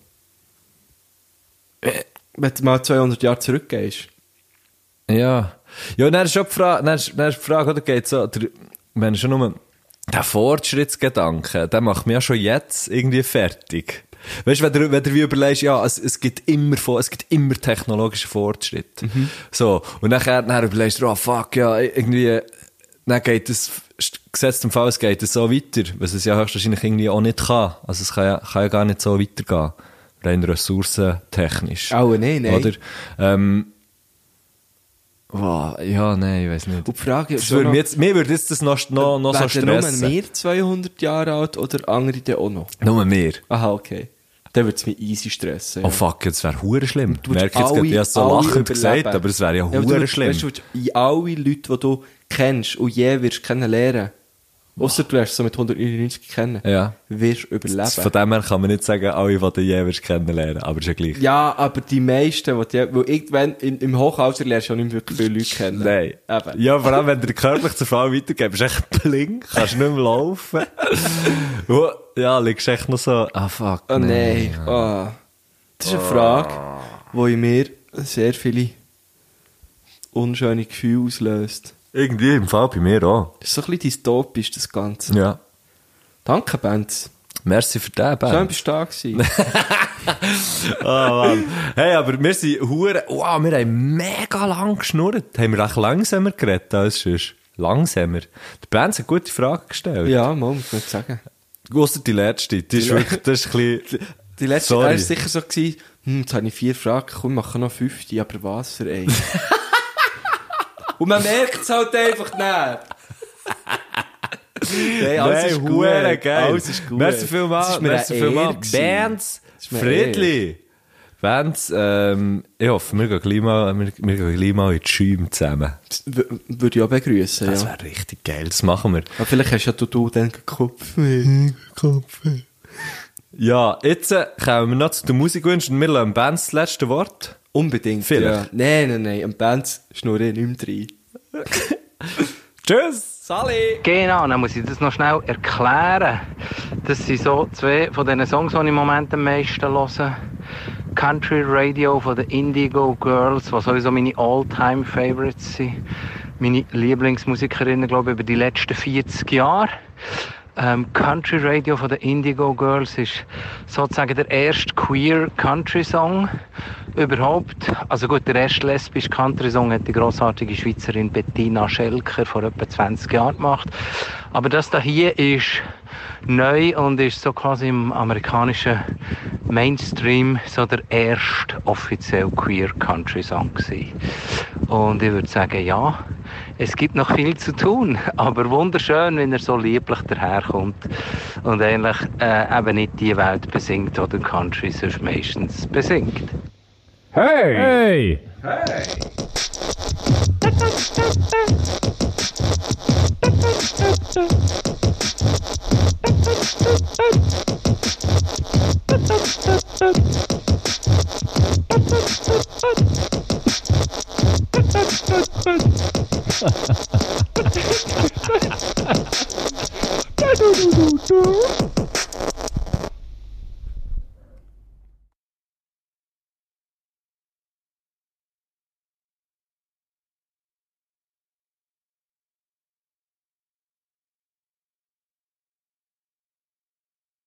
S1: Wenn du mal 200 Jahre zurückgehst.
S2: Ja. Ja, und dann ist schon die Frage, dann ist, dann ist die Frage oder geht so, der, wenn schon nur, der Fortschrittsgedanke, der macht mich ja schon jetzt irgendwie fertig. Weißt du, wenn du, wenn du wie überlegst, ja, es, es gibt immer, Vor- es gibt immer technologischen Fortschritt. So. Und nachher, nachher überlegst du, oh fuck, ja, irgendwie, dann geht es, gesetzt im Fall, es geht es so weiter, was es ja höchstwahrscheinlich irgendwie auch nicht kann. Also es kann ja, kann ja gar nicht so weitergehen. Rein ressourcentechnisch.
S1: Auch nein, nein.
S2: Oder? Ähm, Wow, ja, nein, ich weiß nicht.
S1: Und die Frage
S2: Das würde mir, jetzt, mir würde jetzt das noch, noch, noch so
S1: Werden nur
S2: stressen.
S1: wir 200 Jahre alt oder andere dann auch noch?
S2: Nur mehr.
S1: Aha, okay. Dann würde es mich easy stressen. ja.
S2: Oh fuck, jetzt wäre hure schlimm.
S1: würdest
S2: Merke jetzt, gerade,
S1: alle-
S2: ich habe so
S1: alle
S2: lachend gesagt,
S1: überleben.
S2: aber es wäre ja
S1: aber du
S2: hure
S1: würdest-
S2: schlimm.
S1: Weißt, du würdest in alle Leute, die du kennst und je wirst kennenlernen, außer du wirst so mit 199 kennen,
S2: Ja.
S1: wirst du
S2: Von
S1: überleben.
S2: dem her kann man nicht sagen, alle, die du je wirst kennenlernen, aber ist ja gleich.
S1: Ja, aber die meisten, die, die- weil irgendwann im, im Hochalter lernst du ja nicht mehr wirklich viele Leute kennen.
S2: Nein.
S1: Eben.
S2: Ja, vor allem, wenn du den körperlich zur Frau weitergibst, ist echt blink, kannst nicht mehr laufen. Oh, ja, liegst echt noch so, ah fuck.
S1: Oh nein. Ah. Das ist eine Frage, die in mir sehr viele unschöne Gefühle auslöst.
S2: Irgendwie im Fall bei mir auch.
S1: Das ist so ein bisschen dystopisch, das Ganze.
S2: Ja.
S1: Danke, Benz.
S2: Merci für den, Ben.
S1: Schön, bist du da gewesen.
S2: Ah, Mann. Hey, aber wir sind hure, wow, wir haben mega lang geschnurrt. Haben wir echt langsamer geredet als sonst? Langsamer. Der Benz hat eine gute Frage gestellt.
S1: ja, mal, muss man jetzt sagen.
S2: Ausser die letzte. Die ist wirklich, das ist ein bisschen...
S1: Die letzte
S2: Sorry.
S1: Sorry. war sicher so, gewesen, hm, jetzt habe ich vier Fragen, komm, mache noch fünfte, aber was für eine? Und man merkt es halt einfach nicht. Nein, alles
S2: Nein,
S1: ist gut.
S2: hure geil.
S1: Alles ist gut.
S2: Merci
S1: Es
S2: vielmals,
S1: ist mir
S2: merci
S1: eine Ehre
S2: vielmals.
S1: gewesen.
S2: Benz,
S1: Es ist mir eine
S2: Friedli. Benz, ähm, ich hoffe, wir gehen gleich mal, wir, wir gehen gleich mal in die Schäume zusammen.
S1: W- Würde ich auch begrüßen,
S2: Das
S1: ja.
S2: wäre richtig geil, das machen wir.
S1: Aber vielleicht hast ja du, du dann gekopft.
S2: Ja, jetzt äh, kommen wir noch zu den Musikwünschen. Wir lassen Benz das letzte Wort.
S1: Unbedingt.
S2: Vielleicht.
S1: Ja. Nein, nein, nein. Am Band schnurre ich nicht mehr rein.
S2: Tschüss!
S7: Genau, dann muss ich das noch schnell erklären. Das sind so zwei von diesen Songs, die ich im Moment am meisten höre. Country Radio von den Indigo Girls, was sowieso meine all-time Favorites sind. Meine Lieblingsmusikerinnen, glaube ich, über die letzten 40 Jahre. Ähm, Country Radio von den Indigo Girls ist sozusagen der erste queer Country Song überhaupt. Also gut, der erste lesbische Country Song hat die großartige Schweizerin Bettina Schelker vor etwa 20 Jahren gemacht. Aber das da hier ist neu und ist so quasi im amerikanischen Mainstream so der erste offiziell queer Country Song gewesen. Und ich würde sagen, ja, es gibt noch viel zu tun, aber wunderschön, wenn er so lieblich daherkommt und eigentlich äh, eben nicht die Welt besingt, die der Country sonst meistens besingt.
S9: Hey!